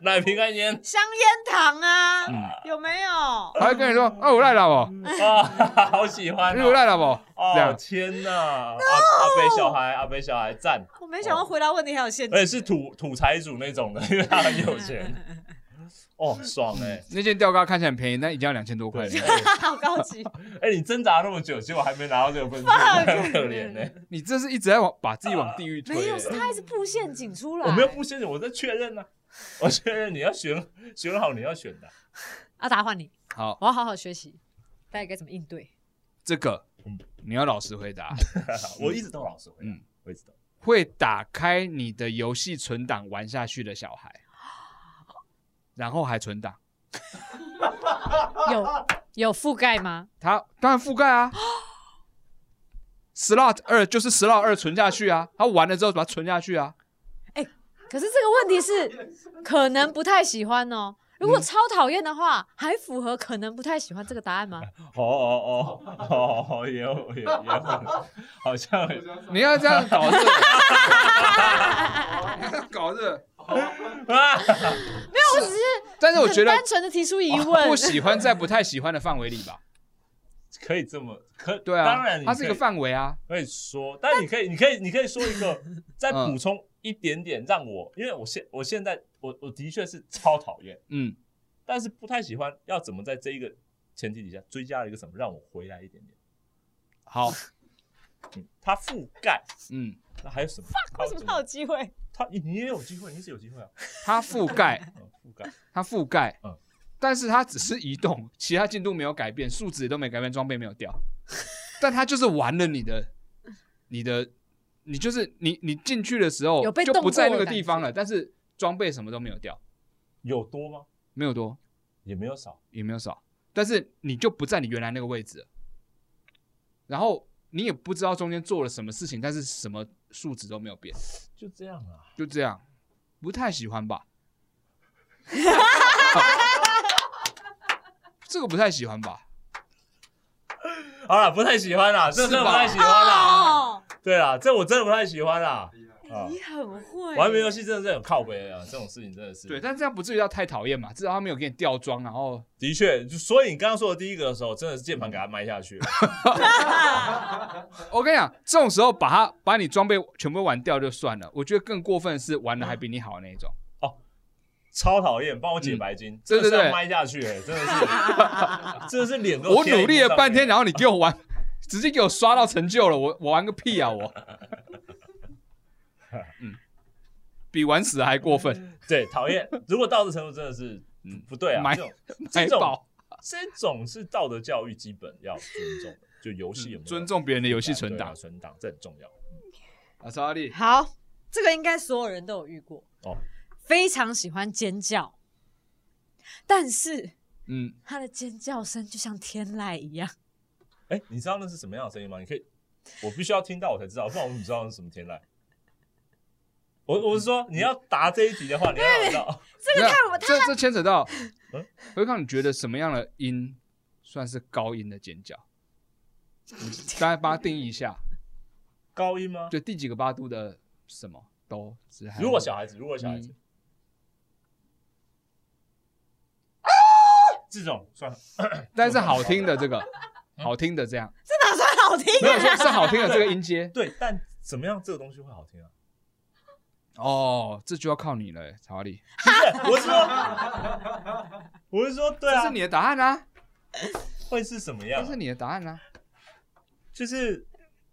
[SPEAKER 2] 奶瓶跟 烟
[SPEAKER 4] 哦香烟糖啊，
[SPEAKER 1] 嗯
[SPEAKER 4] 有没有？
[SPEAKER 1] 还会跟你说啊，我赖了不？
[SPEAKER 4] 哦
[SPEAKER 2] 啊，好喜欢
[SPEAKER 1] 我
[SPEAKER 2] 哦。
[SPEAKER 1] 赖了不？这
[SPEAKER 2] 哦
[SPEAKER 1] 样
[SPEAKER 2] 天哪，阿阿北小孩，阿北小孩赞，
[SPEAKER 4] 我没
[SPEAKER 1] 哦
[SPEAKER 4] 想到回答问题还有限制
[SPEAKER 1] 哎
[SPEAKER 2] 而且，是土土财主那种的，因为他很有 钱。哦，爽哎、欸！
[SPEAKER 1] 那件吊嘎看起来很便宜，但已经要两千多 块了。
[SPEAKER 4] 好高 级。
[SPEAKER 2] 哎、你挣扎那么久，结果还没拿到这个分数，很可怜呢、欸
[SPEAKER 1] 你这是一直在往把自己往地狱推
[SPEAKER 4] 没有，是
[SPEAKER 1] 欸。
[SPEAKER 4] 他一直布陷阱出来。
[SPEAKER 2] 我没有不信任，我在确认呢、我确认你要选选好你要选的，
[SPEAKER 4] 阿达啊换你，
[SPEAKER 1] 好，
[SPEAKER 4] 我要好好学习，大家该怎么应对？
[SPEAKER 1] 这个
[SPEAKER 2] 嗯
[SPEAKER 1] 你要老实回答。
[SPEAKER 2] 我一直都老实回答，
[SPEAKER 1] 嗯
[SPEAKER 2] 我一直都。
[SPEAKER 1] 会打开你的游戏存档玩下去的小孩，然后还存档，
[SPEAKER 4] 有有覆盖吗？
[SPEAKER 1] 他当然覆盖啊。slot 二就是 slot 二存下去啊，他玩了之后把它存下去啊。
[SPEAKER 4] 可是这个问题是可能不太喜欢哦。
[SPEAKER 1] 嗯
[SPEAKER 4] 如果超讨厌的话，还符合可能不太喜欢这个答案吗？
[SPEAKER 2] 哦哦哦哦哦，也有也有也有，好像
[SPEAKER 3] 我想
[SPEAKER 1] 你要这样搞这个，你要这样搞这个，
[SPEAKER 2] 啊，
[SPEAKER 4] 没有，我只是
[SPEAKER 1] 但是我觉
[SPEAKER 4] 很
[SPEAKER 1] 得
[SPEAKER 4] 单纯的提出疑
[SPEAKER 1] 哦
[SPEAKER 4] 问。
[SPEAKER 1] 不喜欢在不太喜欢的范围里吧。
[SPEAKER 2] 可以这么可
[SPEAKER 1] 对啊，
[SPEAKER 2] 当然你
[SPEAKER 1] 它是一
[SPEAKER 2] 可
[SPEAKER 1] 个
[SPEAKER 2] 以
[SPEAKER 1] 范围啊。
[SPEAKER 2] 可以说，但你可以，你可以，你可以说一个，
[SPEAKER 1] 嗯
[SPEAKER 2] 再补充一点点，让我，因为我现我现在我我的确是超讨厌，
[SPEAKER 1] 嗯，
[SPEAKER 2] 但是不太喜欢，要怎么在这一个前提底下追加了一个什么，让我回来一点点？
[SPEAKER 1] 好，
[SPEAKER 2] 嗯，它覆盖，
[SPEAKER 1] 嗯，
[SPEAKER 2] 那还有什么？
[SPEAKER 4] 为什么他有机会？
[SPEAKER 2] 它你也有机会，你是有机会啊，
[SPEAKER 1] 它覆盖，
[SPEAKER 2] 嗯，覆盖，
[SPEAKER 1] 它覆盖，
[SPEAKER 2] 嗯
[SPEAKER 1] 但是它只是移动， 其他进度没有改变，数值也都没改变，装备没有掉， 但它就是玩了你的，你的，你就是你你进去的时候
[SPEAKER 4] 有被
[SPEAKER 1] 就
[SPEAKER 4] 动
[SPEAKER 1] 不在那
[SPEAKER 4] 过的
[SPEAKER 1] 个
[SPEAKER 4] 感
[SPEAKER 1] 地方了，但是装备什么都没有掉，
[SPEAKER 2] 有多吗？
[SPEAKER 1] 没有多
[SPEAKER 2] 也没有少，
[SPEAKER 1] 也没有少，但是你就不在你原来那个位置了，然后你也不知道中间做了什么事情，但是什么数值都没有变，
[SPEAKER 2] 就这样啊。
[SPEAKER 1] 就这样，不太喜欢吧。 这个不太喜欢吧？
[SPEAKER 2] 好了，不太喜欢啦，
[SPEAKER 1] 是
[SPEAKER 2] 这
[SPEAKER 1] 吧
[SPEAKER 2] 真的不太喜欢啦。
[SPEAKER 4] 哦，
[SPEAKER 2] 对啦，这我真的不太喜欢啦。
[SPEAKER 3] 厉害，
[SPEAKER 1] 哦
[SPEAKER 2] 啊，
[SPEAKER 4] 你很会。
[SPEAKER 2] 玩游戏真的是很靠背啊，这种事情真的是。
[SPEAKER 1] 对，但这样不至于到太讨厌嘛，至少他没有给你吊装，然后
[SPEAKER 2] 的确，就所以你刚刚说的第一个的时候，真的是键盘给它埋 下去了。
[SPEAKER 1] 我跟你讲，这种时候把他把你装备全部玩掉就算了，我觉得更过分的是玩的还比你好那一种，
[SPEAKER 2] 超讨厌，帮我解白金，
[SPEAKER 1] 嗯对对对
[SPEAKER 2] 真的是要麦下去、欸，真的是，真的是脸都
[SPEAKER 1] 我努力了半天，
[SPEAKER 2] 然
[SPEAKER 1] 然后你给我玩 直接给我刷到成就了，我我玩个屁啊我！ 嗯，比玩死还过分，
[SPEAKER 2] 对，讨厌。如果到这程度，真的是
[SPEAKER 1] 嗯
[SPEAKER 2] 不对啊，
[SPEAKER 1] 买
[SPEAKER 2] 这种
[SPEAKER 1] 买
[SPEAKER 2] 这种
[SPEAKER 1] 爆，
[SPEAKER 2] 这种是道德教育基本要尊重的，就游戏有没有
[SPEAKER 1] 嗯尊重别人的游戏存
[SPEAKER 2] 对啊啊
[SPEAKER 1] 档。
[SPEAKER 2] 存档这很重要。
[SPEAKER 1] 阿查利，
[SPEAKER 4] 好，这个应该所有人都有遇过
[SPEAKER 2] 哦
[SPEAKER 4] 非常喜欢尖叫，但是
[SPEAKER 1] 嗯，
[SPEAKER 4] 他的尖叫声就像天籁一样，
[SPEAKER 2] 哎、你知道那是什么样的声音吗？你可以，我必须要听到我才知道，不然我怎么知道那是什么天籁？我我是
[SPEAKER 1] 嗯
[SPEAKER 2] 说，你要答这一题的话，你要让我知道。
[SPEAKER 1] 这个看我这这牵扯到，
[SPEAKER 2] 嗯
[SPEAKER 1] 何康，你觉得什么样的音算是高音的尖叫？你大概帮他定义一下，
[SPEAKER 2] 高音吗？
[SPEAKER 1] 就第几个八度的什么都只还
[SPEAKER 2] 如果小孩子，如果小孩子，这种算
[SPEAKER 1] 但是好听的这个，好听的这样，
[SPEAKER 4] 这哪算好听
[SPEAKER 1] 没有
[SPEAKER 4] 啊？
[SPEAKER 1] 说 是好听的这个音阶
[SPEAKER 2] 对，但怎么样这个东西会好听啊？
[SPEAKER 1] 哦，这就要靠你了，查理，
[SPEAKER 2] 不是，我是说，我是说，对
[SPEAKER 1] 这
[SPEAKER 2] 啊，
[SPEAKER 1] 是你的答案啊，
[SPEAKER 2] 会是什么样
[SPEAKER 1] 这
[SPEAKER 2] 啊？
[SPEAKER 1] 是你的答案啊，
[SPEAKER 2] 就是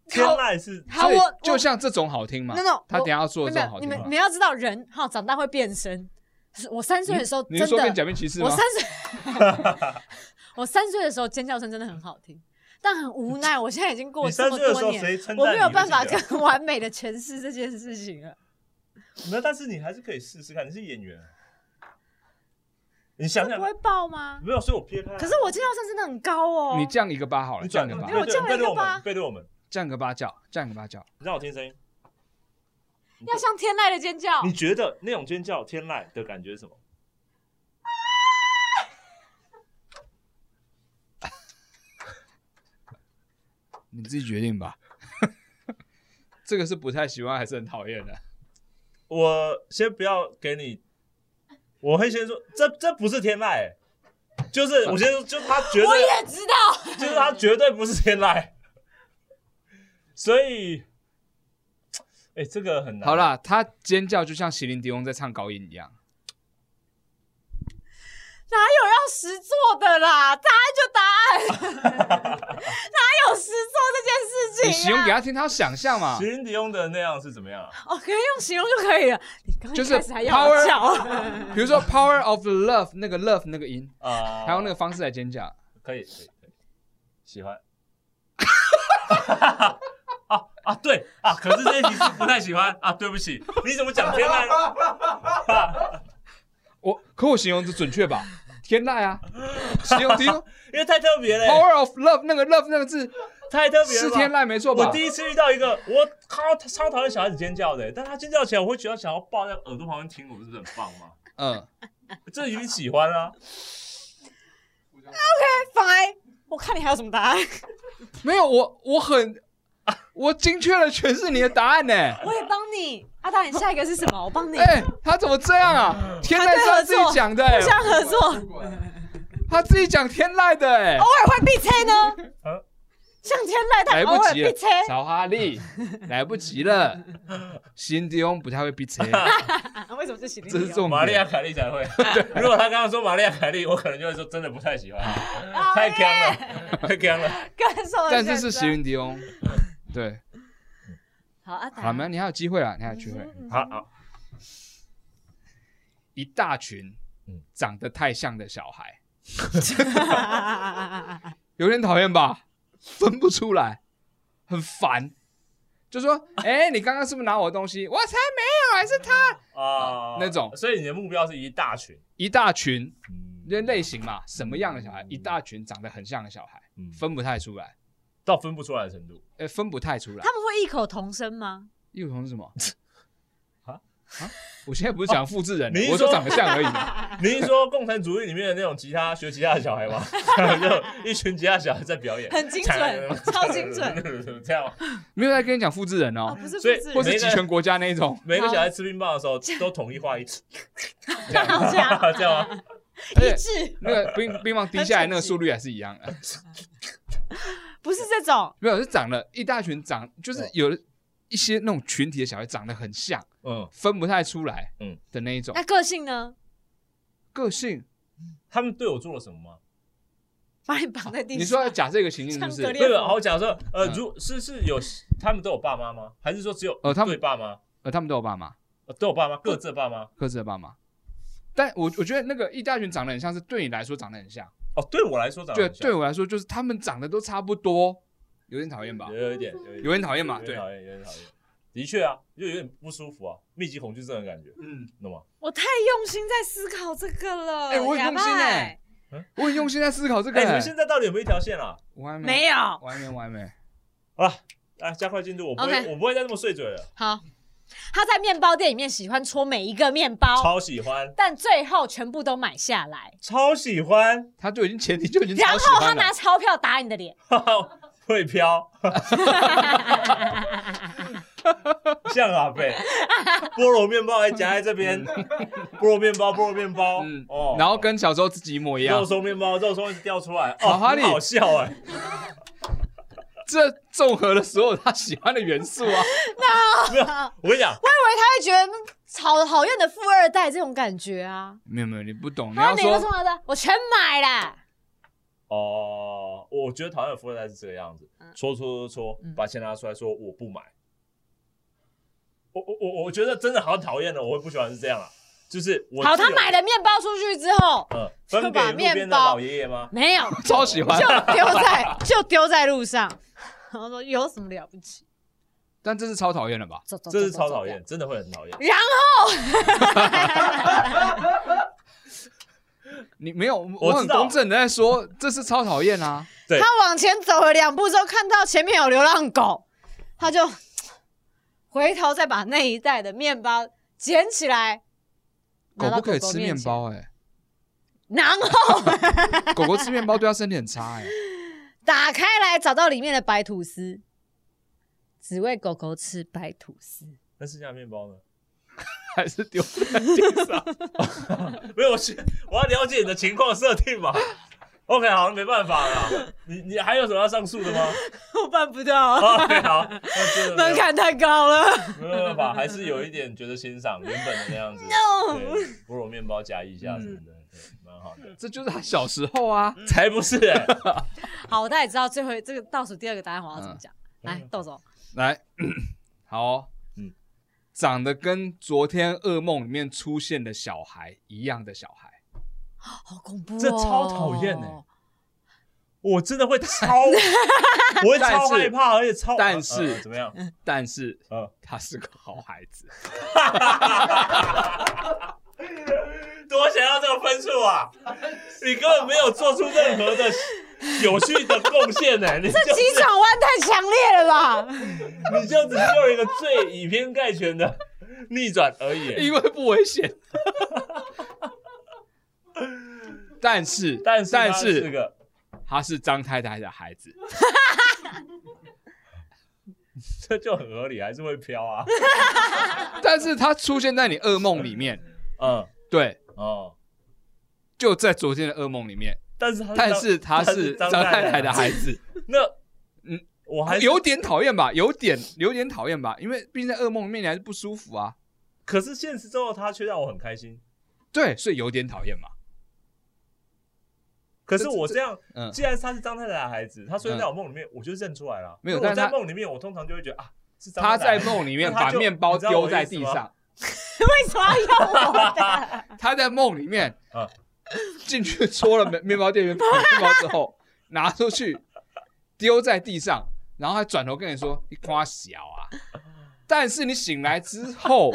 [SPEAKER 2] 天籁是
[SPEAKER 4] 好，
[SPEAKER 1] 所以
[SPEAKER 4] 我
[SPEAKER 1] 就像这种好听嘛
[SPEAKER 4] No, no，
[SPEAKER 1] 他
[SPEAKER 4] 我
[SPEAKER 1] 等一下要做
[SPEAKER 4] 我
[SPEAKER 1] 这
[SPEAKER 4] 没
[SPEAKER 1] 种
[SPEAKER 4] 有
[SPEAKER 1] 好
[SPEAKER 4] 你
[SPEAKER 1] 听
[SPEAKER 4] 们
[SPEAKER 1] 嘛
[SPEAKER 4] 你，们要知道人哈长大会变身，是我三岁的时候
[SPEAKER 1] 你
[SPEAKER 4] 真
[SPEAKER 1] 是说变
[SPEAKER 4] 的
[SPEAKER 1] 假面骑士吗
[SPEAKER 4] 我？三岁， 我三岁的时候尖叫声真的很好听，但很无奈，我现在已经过
[SPEAKER 2] 你
[SPEAKER 4] 了这
[SPEAKER 2] 三
[SPEAKER 4] 么
[SPEAKER 2] 岁的时
[SPEAKER 4] 多
[SPEAKER 2] 候
[SPEAKER 4] 年，
[SPEAKER 2] 谁称
[SPEAKER 4] 我
[SPEAKER 2] 赞
[SPEAKER 4] 没
[SPEAKER 2] 你
[SPEAKER 4] 有
[SPEAKER 2] 会
[SPEAKER 4] 办法
[SPEAKER 2] 记得
[SPEAKER 4] 更 完美的诠释这件事情了。
[SPEAKER 2] 那但是你还是可以试试看，你是演员，啊你想想
[SPEAKER 4] 不会爆吗？
[SPEAKER 2] 没有，所以我撇开。
[SPEAKER 4] 可是我尖叫声真的很高哦。
[SPEAKER 1] 你降一个八好了，
[SPEAKER 2] 你
[SPEAKER 1] 降
[SPEAKER 2] 转
[SPEAKER 1] 个
[SPEAKER 2] 你
[SPEAKER 1] 八
[SPEAKER 4] 因，为我
[SPEAKER 2] 背对
[SPEAKER 4] 叫了
[SPEAKER 2] 背
[SPEAKER 4] 一个
[SPEAKER 2] 对我
[SPEAKER 4] 八
[SPEAKER 2] 们，背对我们，
[SPEAKER 1] 降个八叫，降个八叫，
[SPEAKER 2] 你让我听声音。
[SPEAKER 4] 要像天籁的尖叫
[SPEAKER 2] 你，觉得那种尖叫天籁的感觉是什么？
[SPEAKER 1] 你自己决定吧。 这个是不太喜欢还是很讨厌的？
[SPEAKER 2] 我先不要给你，我会先说，这这不是天籁、欸就是我先说，就是他绝
[SPEAKER 4] 我
[SPEAKER 2] 对，
[SPEAKER 4] 也知道，
[SPEAKER 2] 就是他绝对不是天籁，所以，哎、这个很难。
[SPEAKER 1] 好，啦，他尖叫就像席琳迪翁在唱高音一样，
[SPEAKER 4] 哪有要实做的啦？答案就答 案，哪有实做这
[SPEAKER 1] 你
[SPEAKER 4] 件事
[SPEAKER 1] 形
[SPEAKER 4] 情、啊？
[SPEAKER 1] 容给他听，他要想象嘛
[SPEAKER 2] 席。琳迪翁的那样是怎么样啊？
[SPEAKER 4] 哦，可以用形容就可以了。你刚
[SPEAKER 1] 就
[SPEAKER 4] 一
[SPEAKER 1] 是
[SPEAKER 4] 开始还要我
[SPEAKER 1] power-
[SPEAKER 4] 叫，
[SPEAKER 1] 比如说 Power of Love 那个 Love 那个音，
[SPEAKER 2] 啊、呃
[SPEAKER 1] 他用那个方式来尖叫。
[SPEAKER 2] 可以，可以，可以，喜欢。啊啊，对啊，可是这一题是不太喜欢啊，对不起，你怎么讲天籁呢？
[SPEAKER 1] 我可我形容的准确吧？天籁啊，形容
[SPEAKER 2] 因为太特别了、
[SPEAKER 1] Power of Love 那个 Love 那个字
[SPEAKER 2] 太特别了
[SPEAKER 1] 是
[SPEAKER 2] 吧。
[SPEAKER 1] 啊天籁没错吧
[SPEAKER 2] 我？第一次遇到一个我超超讨厌小孩子尖叫的、欸但他尖叫起来，我会觉得想要抱在耳朵旁边听，我不是很棒吗？
[SPEAKER 1] 嗯，
[SPEAKER 2] 这已经喜欢啊，
[SPEAKER 3] 互相啊
[SPEAKER 4] 放开。我看你还有什么答案？
[SPEAKER 1] 没有我我很我精确的诠释你的答案 呢、
[SPEAKER 4] 我也帮你，阿达，你下一个是什么？我帮你，
[SPEAKER 1] 哎、他怎么这样啊？天籁是他自己讲的、
[SPEAKER 4] 互
[SPEAKER 1] 哎，
[SPEAKER 4] 相合作，偶
[SPEAKER 3] 不管
[SPEAKER 1] 他自己讲天籁的、哎，
[SPEAKER 4] 尔会避车 呢
[SPEAKER 2] 啊。
[SPEAKER 4] 像天籁，但
[SPEAKER 1] 来
[SPEAKER 4] 偶
[SPEAKER 1] 不
[SPEAKER 4] 尔
[SPEAKER 1] 及了
[SPEAKER 4] 避车。，
[SPEAKER 1] 小哈利，来不及了，辛迪翁不太会逼车，
[SPEAKER 4] 啊为什么是喜力？
[SPEAKER 1] 这是 重
[SPEAKER 2] 玛利亚
[SPEAKER 1] 点。
[SPEAKER 2] 凯莉 才会。如果他刚刚说玛利亚凯莉，我可能就会说真的不太喜欢，
[SPEAKER 1] 哦
[SPEAKER 2] 太
[SPEAKER 4] 讨
[SPEAKER 2] 僵
[SPEAKER 4] 厌
[SPEAKER 2] 了，太僵了。
[SPEAKER 4] 感受了
[SPEAKER 1] 但是是
[SPEAKER 4] 现在
[SPEAKER 1] 辛迪翁，对，
[SPEAKER 4] 好，啊阿达，
[SPEAKER 1] 好，没，你还有机会啦，你还有机会。
[SPEAKER 4] 嗯
[SPEAKER 2] 好好，
[SPEAKER 1] 一大群
[SPEAKER 2] 嗯
[SPEAKER 1] 长得太像的小孩，
[SPEAKER 4] 嗯
[SPEAKER 1] 有点讨厌吧？分不出来，很烦。就说，哎、你刚刚是不是拿我的东西？我才没有，还是他。
[SPEAKER 2] 啊、
[SPEAKER 1] 哦那种
[SPEAKER 2] 所以你的目标是一大群，
[SPEAKER 1] 一大群，
[SPEAKER 2] 嗯
[SPEAKER 1] 因为类型嘛，什么样的小孩？一大群长得很像的小孩，
[SPEAKER 2] 嗯
[SPEAKER 1] 分不太出来，
[SPEAKER 2] 到分不出来的程度。
[SPEAKER 1] 呃，分不太出来
[SPEAKER 4] 他。们会异口同声吗？
[SPEAKER 1] 异口同声是什么？
[SPEAKER 2] 啊哦
[SPEAKER 1] 啊！我现在不是讲复制人
[SPEAKER 2] 你，是
[SPEAKER 1] 我说
[SPEAKER 2] 说
[SPEAKER 1] 长得像而已嘛。
[SPEAKER 2] 你是说共产主义里面的那种吉他学吉他的小孩 吗？就一群吉他小孩在表演，
[SPEAKER 4] 很精准超精准，
[SPEAKER 2] 这样。
[SPEAKER 1] 没有在跟你讲复制人
[SPEAKER 4] 哦，
[SPEAKER 1] 哦，
[SPEAKER 4] 不是复
[SPEAKER 2] 所以
[SPEAKER 4] 制
[SPEAKER 1] 或
[SPEAKER 4] 人，
[SPEAKER 1] 是集权国家那一种。
[SPEAKER 2] 每个小孩吃冰棒的时候都统一画一次，这样
[SPEAKER 4] 好像
[SPEAKER 2] 这样吗？
[SPEAKER 1] 而
[SPEAKER 4] 一
[SPEAKER 1] 且
[SPEAKER 4] 致，
[SPEAKER 1] 那个 冰冰棒滴下来那个速率还是一样的，
[SPEAKER 4] 不是这种。
[SPEAKER 1] 没有是长了一大群长，就是
[SPEAKER 2] 哦
[SPEAKER 1] 有一些那种群体的小孩长得很像，
[SPEAKER 2] 嗯，
[SPEAKER 1] 分不太出来，嗯
[SPEAKER 2] 嗯
[SPEAKER 1] 的那一种
[SPEAKER 4] 那个性呢？
[SPEAKER 1] 个性。
[SPEAKER 2] 他们对我做了什么吗？
[SPEAKER 4] 把你绑在地上。
[SPEAKER 1] 你说要假设一个情境是
[SPEAKER 4] 像
[SPEAKER 1] 不
[SPEAKER 4] 格
[SPEAKER 1] 是？
[SPEAKER 4] 列
[SPEAKER 2] 没有，好，假设呃，
[SPEAKER 1] 嗯
[SPEAKER 2] 如是是有他们都有爸妈吗？还是说只有
[SPEAKER 1] 呃他们
[SPEAKER 2] 对爸妈
[SPEAKER 1] 呃，他们都有爸妈，
[SPEAKER 2] 呃都有爸妈，各自的爸妈？
[SPEAKER 1] 各自的爸妈。但我我觉得那个易大群长得很像是对你来说长得很像，
[SPEAKER 2] 哦，对我来说长得
[SPEAKER 1] 对
[SPEAKER 2] 很像
[SPEAKER 1] 对我来说就是他们长得都差不多，有点讨厌吧？
[SPEAKER 2] 有有一点一
[SPEAKER 1] 有点讨厌吧
[SPEAKER 2] 有
[SPEAKER 1] 对
[SPEAKER 2] 点讨厌，有点讨厌。的确啊，就有点不舒服啊，密集恐惧症的感觉，
[SPEAKER 3] 嗯，
[SPEAKER 2] 懂吗？
[SPEAKER 4] 我太用心在思考这个了，
[SPEAKER 1] 哎我很
[SPEAKER 4] 亚
[SPEAKER 1] 用心
[SPEAKER 4] 麦
[SPEAKER 1] 哎我很用心在思考这个、
[SPEAKER 2] 哎，你们现在到底有没有一条线啊？
[SPEAKER 1] 我还
[SPEAKER 4] 没
[SPEAKER 1] 有，
[SPEAKER 4] 有
[SPEAKER 1] 我还没，我还没。
[SPEAKER 2] 好了，来加快进度，我不会
[SPEAKER 4] OK
[SPEAKER 2] 我不会再这么碎嘴了，
[SPEAKER 4] 好。他在面包店里面喜欢戳每一个面包，
[SPEAKER 2] 超喜欢，
[SPEAKER 4] 但最后全部都买下来，
[SPEAKER 2] 超喜欢，
[SPEAKER 1] 他就已经前提就已经
[SPEAKER 4] 然
[SPEAKER 1] 超
[SPEAKER 4] 后
[SPEAKER 1] 喜
[SPEAKER 4] 他
[SPEAKER 1] 欢了
[SPEAKER 4] 拿，钞票打你的脸。
[SPEAKER 2] 哈哈，会飘， 像阿贝，菠萝面包还夹在这 边，菠萝面包，菠萝面包，
[SPEAKER 1] 嗯
[SPEAKER 2] 哦，
[SPEAKER 1] 然后跟小时候自己一模一样
[SPEAKER 2] 肉。松面包，肉松一直掉出来，哦，
[SPEAKER 1] 好哈
[SPEAKER 2] 很
[SPEAKER 1] 利
[SPEAKER 2] 好笑哎，
[SPEAKER 1] 这综合了所有他喜欢的元素啊，
[SPEAKER 2] 没有，我跟你讲，
[SPEAKER 4] 他会觉得嗯讨讨厌的富二代这种感觉啊。
[SPEAKER 1] 没有没有，你不懂。你
[SPEAKER 4] 然
[SPEAKER 1] 要
[SPEAKER 4] 后哪个
[SPEAKER 1] 说
[SPEAKER 4] 送来的？我全买了。
[SPEAKER 2] 哦，我觉得讨厌的富二代是这个样子
[SPEAKER 4] 嗯，
[SPEAKER 2] 戳戳戳戳
[SPEAKER 4] 嗯，
[SPEAKER 2] 把钱拿出来说我不买。我我我我觉得真的好讨厌的，我会不喜欢是这样啊，就是我
[SPEAKER 4] 好，
[SPEAKER 2] 自由
[SPEAKER 4] 他买了面包出去之后，
[SPEAKER 2] 嗯，分
[SPEAKER 4] 就
[SPEAKER 2] 给
[SPEAKER 4] 把
[SPEAKER 2] 路边
[SPEAKER 4] 面
[SPEAKER 2] 的
[SPEAKER 4] 包
[SPEAKER 2] 老爷爷吗？
[SPEAKER 4] 没有，
[SPEAKER 1] 超喜欢
[SPEAKER 4] 就， 丢在就丢在路上。然后说有什么了不起？
[SPEAKER 1] 但这是超讨厌了吧？
[SPEAKER 4] 走走，
[SPEAKER 2] 这是
[SPEAKER 4] 走
[SPEAKER 2] 超讨厌，。真的会很讨厌
[SPEAKER 4] 走。然后
[SPEAKER 1] 你没有，
[SPEAKER 2] 我
[SPEAKER 1] 我
[SPEAKER 2] 知
[SPEAKER 1] 很
[SPEAKER 2] 道
[SPEAKER 1] 公正的在说，这是超讨厌啊。
[SPEAKER 2] 对
[SPEAKER 4] 他往前走了两步之后，看到前面有流浪狗，他就回头再把那一袋的面包捡起来。
[SPEAKER 1] 狗
[SPEAKER 4] 拿
[SPEAKER 1] 不
[SPEAKER 4] 到
[SPEAKER 1] 可以
[SPEAKER 4] 狗
[SPEAKER 1] 吃
[SPEAKER 4] 面
[SPEAKER 1] 面
[SPEAKER 4] 前，
[SPEAKER 1] 包哎、
[SPEAKER 4] 然后
[SPEAKER 1] 狗狗吃面包对它身体很差哎、
[SPEAKER 4] 打开来找到里面的白吐司，只喂狗狗吃白吐司。
[SPEAKER 2] 那剩下的面包呢？
[SPEAKER 1] 还是丢在地上。
[SPEAKER 2] 没有，我是我要了解你的情况设定嘛。OK，好了，没办法了。你你还有什么要上诉的吗
[SPEAKER 4] 我办不到，啊
[SPEAKER 2] ？OK，好，那真的没有
[SPEAKER 4] 门槛太高了。
[SPEAKER 2] 没有办法，还是有一点觉得欣赏原本的那样子。
[SPEAKER 4] No 嗯
[SPEAKER 2] 对，菠萝面包夹一下什么的，对，蛮好的。
[SPEAKER 1] 这就是他小时候啊，
[SPEAKER 2] 才不是哎、
[SPEAKER 4] 好，大家也知道最后这个倒数第二个答案我要怎么讲。来，豆总，
[SPEAKER 1] 来， 好、哦，
[SPEAKER 2] 嗯
[SPEAKER 1] 嗯，长得跟昨天噩梦里面出现的小孩一样的小孩，
[SPEAKER 4] 好恐怖哦，
[SPEAKER 2] 这超讨厌欸我真的会 超，我会超
[SPEAKER 1] 但是
[SPEAKER 2] 害怕，而且超。
[SPEAKER 1] 但是
[SPEAKER 2] 呃呃怎么样？
[SPEAKER 1] 但是
[SPEAKER 2] 呃，
[SPEAKER 1] 他是个好孩子。
[SPEAKER 2] 多想要这个分数啊！你根本没有做出任何的有趣的贡献 呢，你
[SPEAKER 4] 这
[SPEAKER 2] 就
[SPEAKER 4] 急转弯太强烈 了吧？
[SPEAKER 2] 你就只是用一个最以偏概全的 逆转而已。
[SPEAKER 1] 因为不危 险。但是，
[SPEAKER 2] 但是
[SPEAKER 1] 但
[SPEAKER 2] 它
[SPEAKER 1] 是
[SPEAKER 2] 是个
[SPEAKER 1] 他是张太太的孩子，
[SPEAKER 2] 这就很合理，还是会飘 啊。
[SPEAKER 1] 但是他出现在你噩梦里面，
[SPEAKER 2] 嗯
[SPEAKER 1] 对，
[SPEAKER 2] 哦，
[SPEAKER 1] 就在昨天的噩梦里面。
[SPEAKER 2] 但是它
[SPEAKER 1] 但是他是
[SPEAKER 2] 它
[SPEAKER 1] 张
[SPEAKER 2] 是张
[SPEAKER 1] 太
[SPEAKER 2] 太太
[SPEAKER 1] 太的孩子，
[SPEAKER 2] 那嗯
[SPEAKER 1] 嗯，
[SPEAKER 2] 我还是
[SPEAKER 1] 有点讨厌吧，有点有点讨厌吧，因为毕竟在噩梦里面你还是不舒服啊。
[SPEAKER 2] 可是现实中的他却让我很开心。
[SPEAKER 1] 对，所以有点讨厌嘛。
[SPEAKER 2] 可是我这样，
[SPEAKER 1] 嗯，
[SPEAKER 2] 既然他是张太太的孩子，他出现在我梦里面，我就认出来了。
[SPEAKER 1] 没有
[SPEAKER 2] 因为
[SPEAKER 1] 但
[SPEAKER 2] 我在
[SPEAKER 1] 是他
[SPEAKER 2] 梦里面，我通常就会觉得啊，是张
[SPEAKER 1] 他
[SPEAKER 2] 太太
[SPEAKER 1] 在
[SPEAKER 2] 的孩子。
[SPEAKER 1] 梦里面
[SPEAKER 2] 那他
[SPEAKER 1] 把
[SPEAKER 2] 就
[SPEAKER 1] 面包丢在地
[SPEAKER 2] 你知道
[SPEAKER 1] 上，
[SPEAKER 4] 为什么要用我 的？
[SPEAKER 1] 他在梦里面
[SPEAKER 2] 啊
[SPEAKER 1] 进去戳了面面 包店员面包之后，拿出去丢在地上，然后还转头跟你说：“你夸小啊！”但是你醒来之后，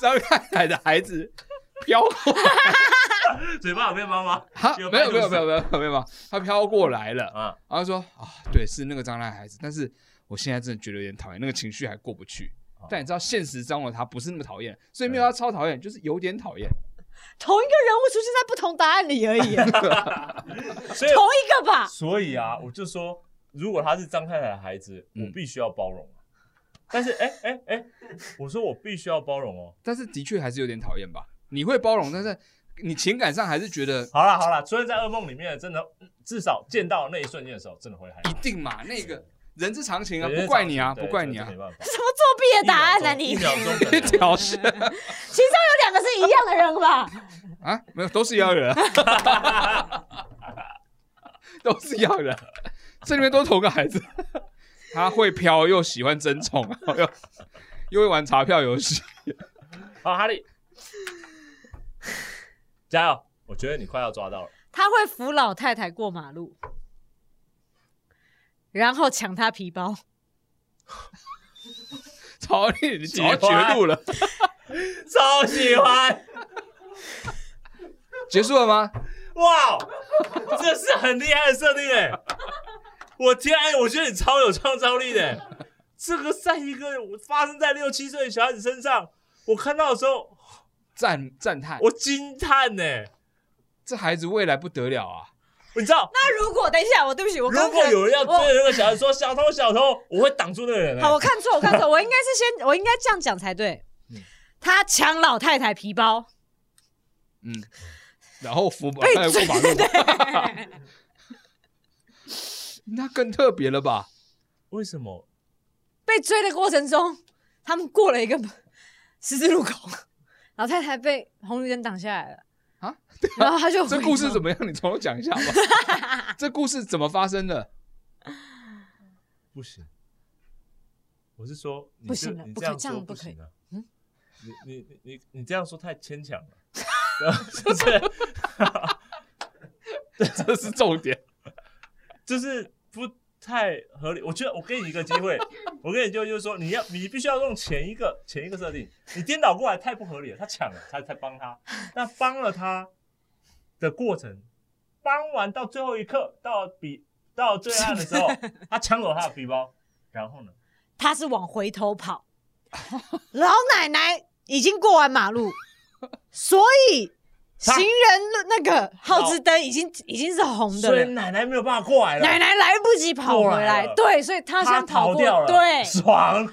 [SPEAKER 1] 张太太的孩子飘过来，
[SPEAKER 2] 嘴巴有面包吗？
[SPEAKER 1] 他
[SPEAKER 2] 有
[SPEAKER 1] 没有没有没有
[SPEAKER 2] 有
[SPEAKER 1] 没有没有没有，他飘过来了，
[SPEAKER 2] 啊，
[SPEAKER 1] 然后说：“啊，对，是那个张太太的孩子，但是我现在真的觉得有点讨厌，那个情绪还过不去。”但你知道现实中的他不是那么讨厌，所以没有他超讨厌，就是有点讨厌。
[SPEAKER 4] 同一个人物出现在不同答案里而 已，同
[SPEAKER 2] 所以
[SPEAKER 4] 一个吧？
[SPEAKER 2] 所以啊，我就说，如果他是张太太的孩子，
[SPEAKER 1] 嗯
[SPEAKER 2] 我必须要包容啊。但是哎哎哎，我说我必须要包容哦。
[SPEAKER 1] 但是的确还是有点讨厌吧。你会包容，但是你情感上还是觉得
[SPEAKER 2] 好了好了，出现在噩梦里面，真的嗯至少见到那一瞬间的时候，真的会害
[SPEAKER 1] 一
[SPEAKER 2] 怕。
[SPEAKER 1] 定嘛，那个人之常情啊，
[SPEAKER 2] 有些
[SPEAKER 1] 不怪你啊，
[SPEAKER 2] 对
[SPEAKER 1] 不怪你啊
[SPEAKER 2] 这没，办法。
[SPEAKER 4] 什么作弊的答案呢、啊？
[SPEAKER 2] 一
[SPEAKER 4] 你
[SPEAKER 2] 秒钟一秒
[SPEAKER 4] 这
[SPEAKER 2] 钟可能
[SPEAKER 1] 屌丝
[SPEAKER 4] 两个是一样的人吧？
[SPEAKER 1] 啊，没有，都是一样的人啊。都是一样人，这里面都是同个孩子。他会飘，又喜欢争宠，然后又又会玩查票游戏。
[SPEAKER 2] 好，哈 利，加油！我觉得你快要抓到了。
[SPEAKER 4] 他会扶老太太过马路，然后抢她皮包。
[SPEAKER 1] 曹丽，你走到绝路了，
[SPEAKER 2] 超喜欢，
[SPEAKER 1] 结束了吗？
[SPEAKER 2] 哇，哦这是很厉害的设定哎！我天，哎，我觉得你超有创造力的欸。这个在一个发生在六七岁的小孩子身上，我看到的时候，
[SPEAKER 1] 赞赞叹，
[SPEAKER 2] 我惊叹呢。
[SPEAKER 1] 这孩子未来不得了啊！
[SPEAKER 2] 你知道，
[SPEAKER 4] 那如果等一下，我对不起，我刚
[SPEAKER 2] 如果有人要追
[SPEAKER 4] 我
[SPEAKER 2] 着那个小孩说“小偷，小偷”，我会挡住那个人欸。
[SPEAKER 4] 好，我看错，我看错，我应该是先，我应该这样讲才对。
[SPEAKER 2] 嗯
[SPEAKER 4] 他抢老太太皮包，
[SPEAKER 1] 嗯，然后扶马
[SPEAKER 4] 被
[SPEAKER 1] 哎过
[SPEAKER 4] 追
[SPEAKER 1] 马路，那更特别了吧？
[SPEAKER 2] 为什么？
[SPEAKER 4] 被追的过程中，他们过了一个十字路口，老太太被红绿灯挡下来了。
[SPEAKER 1] 啊，
[SPEAKER 4] 然后他 就
[SPEAKER 1] 这故事怎
[SPEAKER 4] 么？
[SPEAKER 1] 么样？你从头讲一下吧。这故事怎么发生的？
[SPEAKER 2] 不行，我是说，你
[SPEAKER 4] 不
[SPEAKER 2] 这
[SPEAKER 4] 行了
[SPEAKER 2] 你
[SPEAKER 4] 不
[SPEAKER 2] 这
[SPEAKER 4] 可
[SPEAKER 2] 样
[SPEAKER 4] 这样
[SPEAKER 2] 说
[SPEAKER 4] 不可
[SPEAKER 2] 行
[SPEAKER 4] 以嗯
[SPEAKER 2] 啊。你你你你你这样说太牵强 了，然后就是
[SPEAKER 1] 这是重点。
[SPEAKER 2] 就是不太合理。我觉得我给你一个机会，我跟你就就是说，你要你必须要用前一个前一个设定，你颠倒过来太不合理了。他抢了，他才帮他，那帮了他的过程，帮完到最后一刻，到比到最暗的时 候，他抢走他的皮包，然后呢？
[SPEAKER 4] 他是往回头跑，老奶奶已经过完马路，所以行
[SPEAKER 2] 他
[SPEAKER 4] 人那个号志灯已经已经是红的
[SPEAKER 2] 所以
[SPEAKER 4] 了。
[SPEAKER 2] 奶奶没有办法过来了，
[SPEAKER 4] 奶奶来不及跑
[SPEAKER 2] 过
[SPEAKER 4] 回
[SPEAKER 2] 来
[SPEAKER 4] 来，
[SPEAKER 2] 了
[SPEAKER 4] 对，所以她
[SPEAKER 2] 他
[SPEAKER 4] 先跑
[SPEAKER 2] 逃
[SPEAKER 4] 过，
[SPEAKER 2] 掉了，
[SPEAKER 4] 对，
[SPEAKER 2] 爽，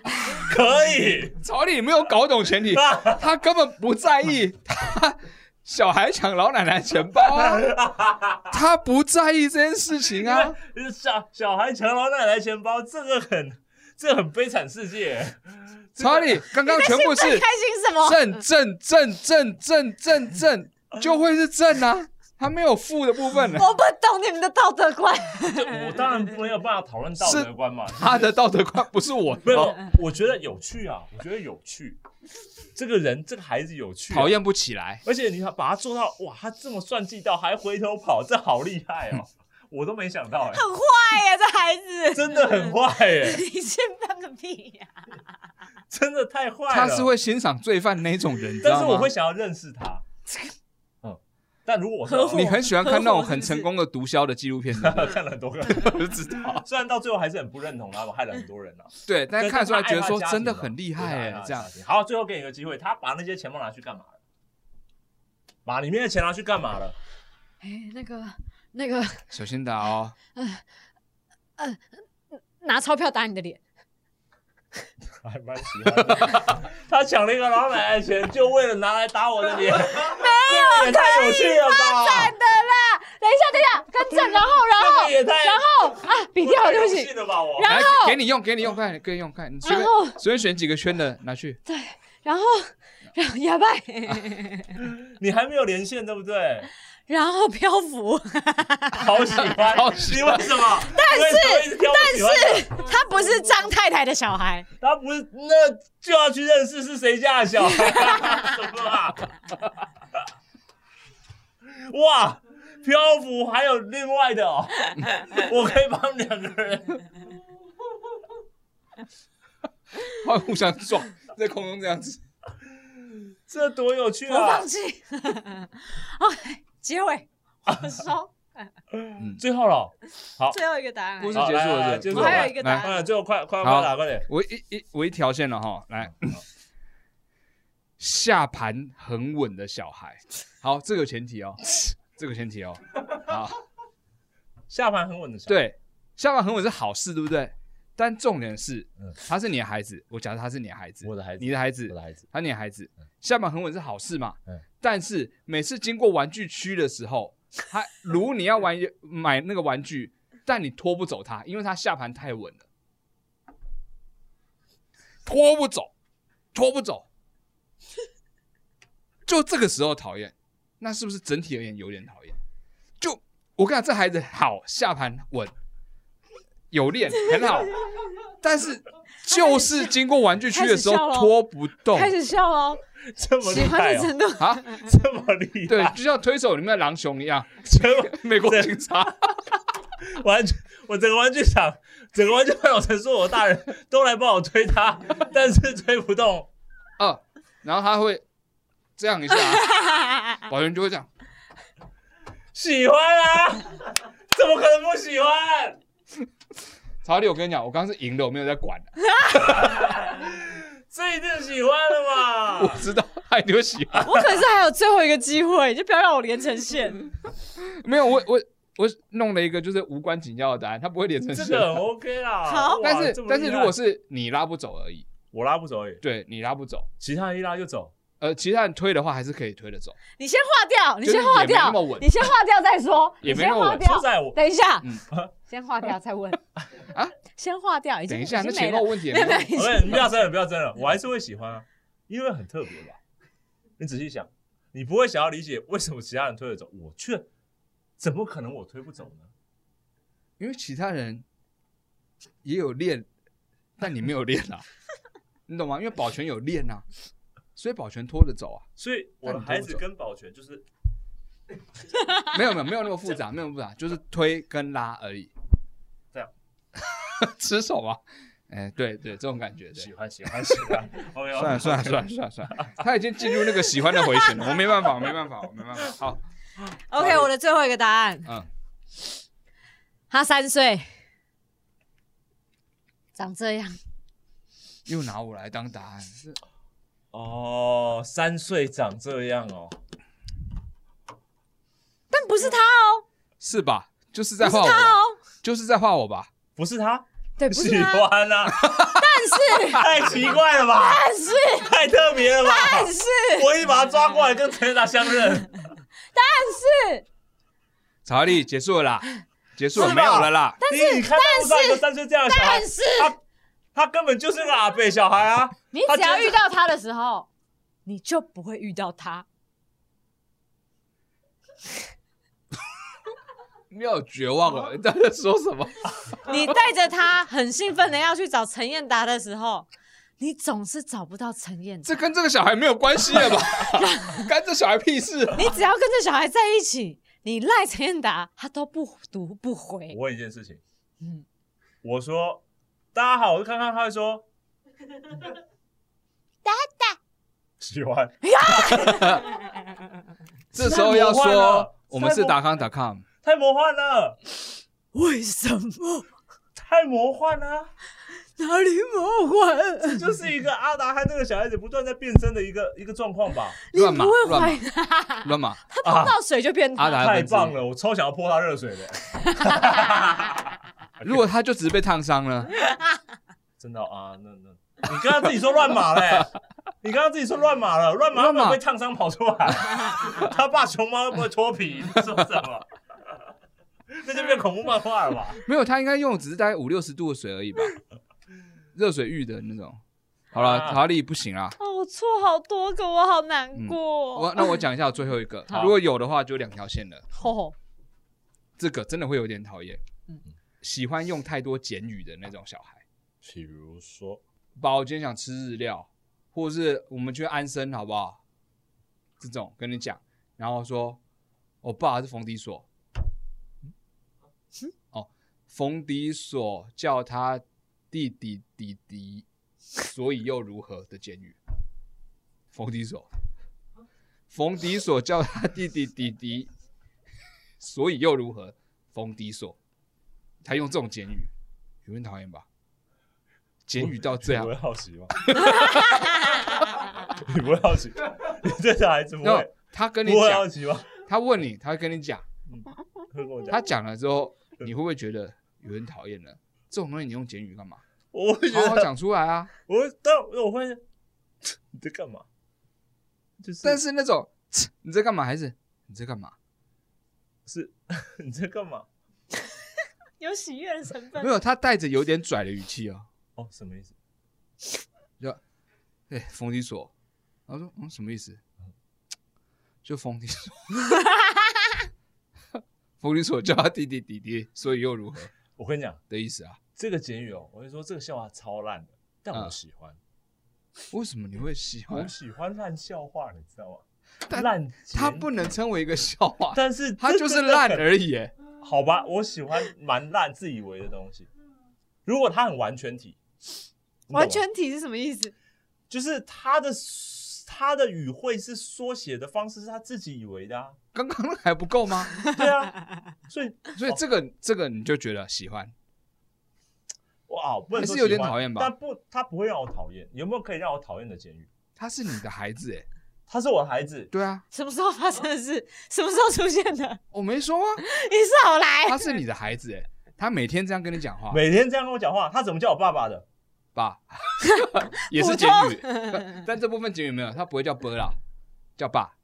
[SPEAKER 2] 可以。
[SPEAKER 1] 曹丽，你没有搞懂前提，他根本不在意他小孩抢老奶奶钱包啊，他不在意这件事情啊。
[SPEAKER 2] 因为小小孩抢老奶奶钱包，这个很，这很悲惨世界。
[SPEAKER 1] 曹丽，刚刚全部
[SPEAKER 4] 最
[SPEAKER 1] 是
[SPEAKER 4] 开心什么？
[SPEAKER 1] 正正正正正正正，就会是正啊，他没有负的部分呢。
[SPEAKER 4] 我不懂你们的道德观。
[SPEAKER 2] 这我当然没有办法讨论道德观嘛，
[SPEAKER 1] 他的道德观不是我的
[SPEAKER 2] 没有
[SPEAKER 4] 嗯
[SPEAKER 1] 哦，，
[SPEAKER 2] 我觉得有趣啊，我觉得有趣。这个人，这个孩子有趣、啊
[SPEAKER 1] 讨。厌不起来。
[SPEAKER 2] 而且你要把他做到，哇，他这么算计到，还回头跑，这好厉害 哦！我都没想到、哎，
[SPEAKER 4] 很坏呀、这孩子
[SPEAKER 2] 真的很，坏耶、
[SPEAKER 4] 你是当个屁呀、
[SPEAKER 2] 真的太坏了。
[SPEAKER 1] 他是会欣赏罪犯那种人，你知
[SPEAKER 2] 但是
[SPEAKER 1] 道
[SPEAKER 2] 我
[SPEAKER 1] 吗
[SPEAKER 2] 会？想要认识他。嗯，但如果我是
[SPEAKER 4] 合伙
[SPEAKER 1] 你很喜欢看那种很
[SPEAKER 4] 合伙是不是
[SPEAKER 1] 成功的毒枭的纪录片，对不对
[SPEAKER 2] 看了很多个，
[SPEAKER 1] 我 就知道。
[SPEAKER 2] 虽然到最后还是很不认同他们，害了很多人啊。
[SPEAKER 1] 对，但是
[SPEAKER 2] 对
[SPEAKER 1] 看出来觉得
[SPEAKER 2] 他
[SPEAKER 1] 说
[SPEAKER 2] 爱他
[SPEAKER 1] 真的
[SPEAKER 2] 家庭啊
[SPEAKER 1] 很厉害
[SPEAKER 2] 对
[SPEAKER 1] 哎
[SPEAKER 2] 他爱，他
[SPEAKER 1] 这样
[SPEAKER 2] 家庭好，最后给你一个机会，他把那些钱包拿去干嘛了？把里面的钱拿去干嘛了？
[SPEAKER 4] 哎，那个那个，
[SPEAKER 1] 小心打哦。
[SPEAKER 4] 拿钞票打你的脸，
[SPEAKER 2] 还蛮喜欢的。 他抢了一个老奶奶钱，就为了拿来打我的 脸，没有，也太有趣了吧？
[SPEAKER 4] 的啦！等一下，等一下，跟正，然后，然
[SPEAKER 2] 这个也太
[SPEAKER 4] 后，然后啊，笔记好，对不
[SPEAKER 2] 太有
[SPEAKER 4] 起
[SPEAKER 2] 趣，了吧？我
[SPEAKER 1] 来，给你用，给你用，快点，给你用，快点，你随便
[SPEAKER 4] 然后
[SPEAKER 1] 随便选几个圈的拿去。
[SPEAKER 4] 对，然后，然后 哑巴，
[SPEAKER 2] 你还没有连线对不对？
[SPEAKER 4] 然后漂 浮，
[SPEAKER 2] 好喜欢，
[SPEAKER 1] 好喜欢
[SPEAKER 2] 你为什么？但是但是
[SPEAKER 4] 他不是张太太的小孩，
[SPEAKER 2] 他不是那就要去认识是谁家的小孩， 什么啊？哇，漂浮还有另外的 哦，我可以帮两个人，
[SPEAKER 1] 会互相撞，在空中这样 子。
[SPEAKER 2] 这多有趣
[SPEAKER 4] 我
[SPEAKER 2] 啊
[SPEAKER 4] 放！弃。OK，结 尾，我收
[SPEAKER 2] 最后了，好，
[SPEAKER 4] 最后一个答案
[SPEAKER 1] 故事
[SPEAKER 4] 来。
[SPEAKER 1] 结束
[SPEAKER 2] 来来
[SPEAKER 1] 了，
[SPEAKER 2] 来
[SPEAKER 1] 结束
[SPEAKER 4] 我
[SPEAKER 1] 了。
[SPEAKER 4] 还有一个答
[SPEAKER 1] 来，
[SPEAKER 4] 案，
[SPEAKER 2] 快点，最后快快
[SPEAKER 1] 好
[SPEAKER 2] 快打，快点！
[SPEAKER 1] 我一一我一条线了哈，来，下盘很稳的小孩。好，这个前提哦，这个前提哦。好，
[SPEAKER 2] 下盘很稳的，，
[SPEAKER 1] 对，下盘很稳是好事，对不对？但重点是
[SPEAKER 2] 嗯，
[SPEAKER 1] 他是你的孩子，我假设他是你的孩子，
[SPEAKER 2] 我的孩子
[SPEAKER 1] 你的孩子
[SPEAKER 2] 我，的孩子，
[SPEAKER 1] 他你的孩子，下盘很稳是好事嘛？
[SPEAKER 2] 嗯
[SPEAKER 1] 但是每次经过玩具区的时候，他如你要玩买那个玩具，但你拖不走他，因为他下盘太稳了，拖不走，拖不走， 就这个时候讨厌，那是不是整体而言有点讨厌？就我跟你讲，这孩子好，下盘稳，有练，很好，但是就是经过玩具区的时
[SPEAKER 4] 开始笑
[SPEAKER 1] 候
[SPEAKER 4] 了
[SPEAKER 1] 拖不动
[SPEAKER 4] 开始笑哦，
[SPEAKER 2] 这么厉
[SPEAKER 4] 喜欢
[SPEAKER 2] 害
[SPEAKER 4] 的
[SPEAKER 2] 哦，
[SPEAKER 4] 程度，
[SPEAKER 1] 啊。
[SPEAKER 2] 这么厉
[SPEAKER 1] 对，
[SPEAKER 2] 害，
[SPEAKER 1] 就像推手里面的狼熊一样，
[SPEAKER 2] 这么
[SPEAKER 1] 美国警察
[SPEAKER 2] 玩具，我整个玩具厂，整个玩具厂有陈说我大人都来帮我推他，但是推不动。
[SPEAKER 1] 啊，然后他会这样一下，啊保全就会这样，
[SPEAKER 2] 喜欢啊， 怎么可能不喜欢？
[SPEAKER 1] 查理，我跟你讲，我刚刚是赢的，我没有在管的，
[SPEAKER 2] 这一定喜欢了
[SPEAKER 1] 我
[SPEAKER 2] 嘛？
[SPEAKER 1] 知道他一定会喜 欢。
[SPEAKER 4] 我可是还有最后一个机会，就不要让我连成线。
[SPEAKER 1] 没有，我我我弄了一个就是无关紧要的答案，他不会连成
[SPEAKER 2] 这
[SPEAKER 1] 线。
[SPEAKER 2] 个很 OK 啦。
[SPEAKER 4] 好
[SPEAKER 2] 哇
[SPEAKER 1] 但是
[SPEAKER 2] 这么厉
[SPEAKER 1] 但
[SPEAKER 2] 害
[SPEAKER 1] 是如果是你拉不走而已，
[SPEAKER 2] 我拉不走而已，
[SPEAKER 1] 对你拉不走，
[SPEAKER 2] 其他人一拉就走。
[SPEAKER 1] 呃，其他人推的话还是可以推得走。
[SPEAKER 4] 你先划掉，你
[SPEAKER 1] 就是
[SPEAKER 4] 先划
[SPEAKER 1] 也没
[SPEAKER 4] 掉
[SPEAKER 1] 那么，稳
[SPEAKER 4] 你先划掉再说，
[SPEAKER 1] 也
[SPEAKER 4] 你
[SPEAKER 1] 没
[SPEAKER 4] 先
[SPEAKER 1] 那么
[SPEAKER 4] 划
[SPEAKER 1] 稳
[SPEAKER 4] 掉
[SPEAKER 2] 说实在我
[SPEAKER 4] 等一下，
[SPEAKER 1] 嗯
[SPEAKER 4] 先划掉再问
[SPEAKER 1] 啊，
[SPEAKER 4] 先划掉，已经
[SPEAKER 1] 等一下，
[SPEAKER 4] 已
[SPEAKER 1] 那
[SPEAKER 4] 经
[SPEAKER 1] 前
[SPEAKER 4] 没
[SPEAKER 1] 后
[SPEAKER 4] 了，
[SPEAKER 1] 问题也
[SPEAKER 4] 没有没有，
[SPEAKER 1] 没
[SPEAKER 4] 已
[SPEAKER 2] 我
[SPEAKER 4] 经
[SPEAKER 2] 跟你不要争了，不要争了，我还是会喜欢啊，因为很特别吧。你仔细想，你不会想要理解为什么其他人推得走，我却怎么可能我推不走呢？
[SPEAKER 1] 因为其他人也有练，但你没有练啊，你懂吗？因为保全有练啊，所以保全拖着走啊。
[SPEAKER 2] 所以我的孩子跟保全就是
[SPEAKER 1] 没有没有没有那么复杂，没有那么复杂，就是推跟拉而已。
[SPEAKER 2] 这样，
[SPEAKER 1] 吃手啊？哎，对对，这种感觉，对
[SPEAKER 2] 喜。欢喜欢喜 欢。OK，
[SPEAKER 1] 算了算了算了算了算 了，他已经进入那个喜欢的回旋了，我没办法，我没办法，我没办法。好，
[SPEAKER 4] OK，我的最后一个答案，
[SPEAKER 1] 嗯，
[SPEAKER 4] 他三岁，长这样，
[SPEAKER 1] 又拿我来当答案，是
[SPEAKER 2] 哦，三岁长这样哦，
[SPEAKER 4] 但不是他哦，
[SPEAKER 1] 是吧？就是
[SPEAKER 4] 不
[SPEAKER 1] 在
[SPEAKER 4] 是
[SPEAKER 1] 画我吧
[SPEAKER 4] 他，哦，
[SPEAKER 1] 就是在画我吧？
[SPEAKER 2] 不是他
[SPEAKER 4] 对，不
[SPEAKER 2] 喜
[SPEAKER 4] 是他，
[SPEAKER 2] 欢啊，
[SPEAKER 4] 但是
[SPEAKER 2] 太奇怪了吧，
[SPEAKER 4] 但是
[SPEAKER 2] 太特别了吧，
[SPEAKER 4] 但是
[SPEAKER 2] 我一把他抓过来跟陈达相认，
[SPEAKER 4] 但是
[SPEAKER 1] 查理结束了啦，结束了，
[SPEAKER 2] 是吧
[SPEAKER 1] 没有了啦。
[SPEAKER 2] 但是你看到路上有个三岁这样的小孩
[SPEAKER 4] 但，是，
[SPEAKER 2] 他他根本就是个阿贝小孩啊，
[SPEAKER 4] 你
[SPEAKER 2] 他
[SPEAKER 4] 只要
[SPEAKER 2] 今天
[SPEAKER 4] 遇到他的时候，你就不会遇到他。
[SPEAKER 1] 你有绝望
[SPEAKER 2] 啊
[SPEAKER 1] 了，你在这说什 么？
[SPEAKER 4] 你带着他很兴奋的要去找陈彦达的时候，你总是找不到陈彦达。
[SPEAKER 1] 这跟这个小孩没有关系 了吧？干这小孩屁事！
[SPEAKER 4] 你只要跟这小孩在一起，你赖陈彦达，他都不读不回
[SPEAKER 2] 我。问一件事情，
[SPEAKER 4] 嗯
[SPEAKER 2] 我说大家好，我是康康，他会说，喜欢，
[SPEAKER 1] 这时候要
[SPEAKER 2] 太魔幻啊
[SPEAKER 1] 说
[SPEAKER 2] 了
[SPEAKER 1] 我们是
[SPEAKER 2] 太
[SPEAKER 1] 达康达 com，
[SPEAKER 2] 太魔幻了，
[SPEAKER 4] 为什么？
[SPEAKER 2] 太魔幻了、
[SPEAKER 4] 哪里魔幻？
[SPEAKER 2] 就是一个阿达和这个小孩子不断在变身的一个一个状况吧。
[SPEAKER 4] 你
[SPEAKER 1] 乱码
[SPEAKER 4] 不会
[SPEAKER 1] 乱
[SPEAKER 4] 怀
[SPEAKER 1] 码
[SPEAKER 4] 疑乱
[SPEAKER 1] 乱 码啊
[SPEAKER 4] 他 碰到水就变
[SPEAKER 1] 阿
[SPEAKER 4] 他。
[SPEAKER 1] 达
[SPEAKER 2] 啊太棒了，我超想要泼他热水的，
[SPEAKER 1] 如果他就只是被烫伤了，
[SPEAKER 2] 真的啊，那那，你刚刚自己说乱码嘞，你刚刚自己说乱码了，乱码
[SPEAKER 1] 乱码
[SPEAKER 2] 会被烫伤跑出来， 他爸熊猫又不会脱皮， 你说什么？那就变恐怖漫画 了吧？
[SPEAKER 1] 没有，他应该用的只是大概五六十度的水而已吧，热水浴的那种。好了，
[SPEAKER 2] 啊
[SPEAKER 1] 查理不行啦。
[SPEAKER 4] 哦，我错好多个，我好难过。
[SPEAKER 1] 嗯我那我讲一下我最后一个
[SPEAKER 2] 哦 好，
[SPEAKER 1] 如果有的话就两条线了。
[SPEAKER 4] 吼，
[SPEAKER 1] 这个真的会有点讨厌
[SPEAKER 4] 嗯，
[SPEAKER 1] 喜欢用太多简语的那种小孩。
[SPEAKER 2] 比 如说，
[SPEAKER 1] 爸，我今天想吃日料，或是我们去安生好不好？这种跟你讲，然后说，我、爸是冯迪所，哦，冯迪所叫他弟弟弟弟，所以又如何的监狱？冯迪所，冯迪所叫他弟弟弟弟，所以又如何？冯迪所，他用这种监狱，有点讨厌吧？监狱到这样
[SPEAKER 2] 你不，会好奇吗？你不会好奇？ 你这小孩子不
[SPEAKER 1] 那
[SPEAKER 2] 会
[SPEAKER 1] 他跟你
[SPEAKER 2] 不会好
[SPEAKER 1] 讲，
[SPEAKER 2] 奇吗？
[SPEAKER 1] 他问你，他会跟你讲，
[SPEAKER 2] 会跟我讲
[SPEAKER 1] 他，讲了之后，你会不会觉得有人讨厌呢？这种东西你用简语干 嘛？
[SPEAKER 2] 我会觉
[SPEAKER 1] 好好
[SPEAKER 2] 得
[SPEAKER 1] 讲出来啊！
[SPEAKER 2] 我会，但我会 你在干嘛？就是，
[SPEAKER 1] 但是那种切你在干嘛？还是你在干嘛？
[SPEAKER 2] 是 你在干嘛？
[SPEAKER 4] 有喜悦的成分
[SPEAKER 1] 没。有，他带着有点拽的语气哦。
[SPEAKER 2] 哦，什么意思？
[SPEAKER 1] 对，冯迪所，然后说 嗯什么意思？就冯迪所，冯律所叫他弟弟弟弟，所以又如何
[SPEAKER 2] 我跟你讲，
[SPEAKER 1] 的意思啊？
[SPEAKER 2] 这个简语哦，我跟你说，这个笑话超烂的，但
[SPEAKER 1] 嗯
[SPEAKER 2] 我喜欢，
[SPEAKER 1] 为什么你会喜欢
[SPEAKER 2] 我？喜欢烂笑话，你知道吗？
[SPEAKER 1] 但
[SPEAKER 2] 烂简，
[SPEAKER 1] 它不能称为一个笑话，
[SPEAKER 2] 但是
[SPEAKER 1] 它
[SPEAKER 2] 这
[SPEAKER 1] 就是
[SPEAKER 2] 真的
[SPEAKER 1] 烂
[SPEAKER 2] 很
[SPEAKER 1] 而已耶。
[SPEAKER 2] 好吧，我喜欢蛮烂、自以为的东西。如果他很完全体，你懂吗
[SPEAKER 4] 完全体是什么意思？
[SPEAKER 2] 就是他的他的语汇是缩写的方式，是他自己以为的啊。
[SPEAKER 1] 刚刚还不够吗？
[SPEAKER 2] 对 啊，所以
[SPEAKER 1] 所以这个这个你就觉得喜欢，
[SPEAKER 2] 哇，不能说
[SPEAKER 1] 还是有点
[SPEAKER 2] 喜欢
[SPEAKER 1] 讨厌吧
[SPEAKER 2] 但不，他不会让我讨厌。有没有可以让我讨厌的监狱？
[SPEAKER 1] 他是你的孩子哎。
[SPEAKER 2] 他是我的孩子，
[SPEAKER 1] 对啊，
[SPEAKER 4] 什么时候发生的事？什么时候出现的？
[SPEAKER 1] 我没说啊，
[SPEAKER 4] 你少来！
[SPEAKER 1] 他是你的孩子哎，他每天这样跟你讲话，
[SPEAKER 2] 每天这样跟我讲话，他怎么叫我爸爸的？
[SPEAKER 1] 爸，也是
[SPEAKER 4] 普
[SPEAKER 1] 简
[SPEAKER 4] 通
[SPEAKER 1] 语，但这部分简语没有，他不会叫波啦，叫爸，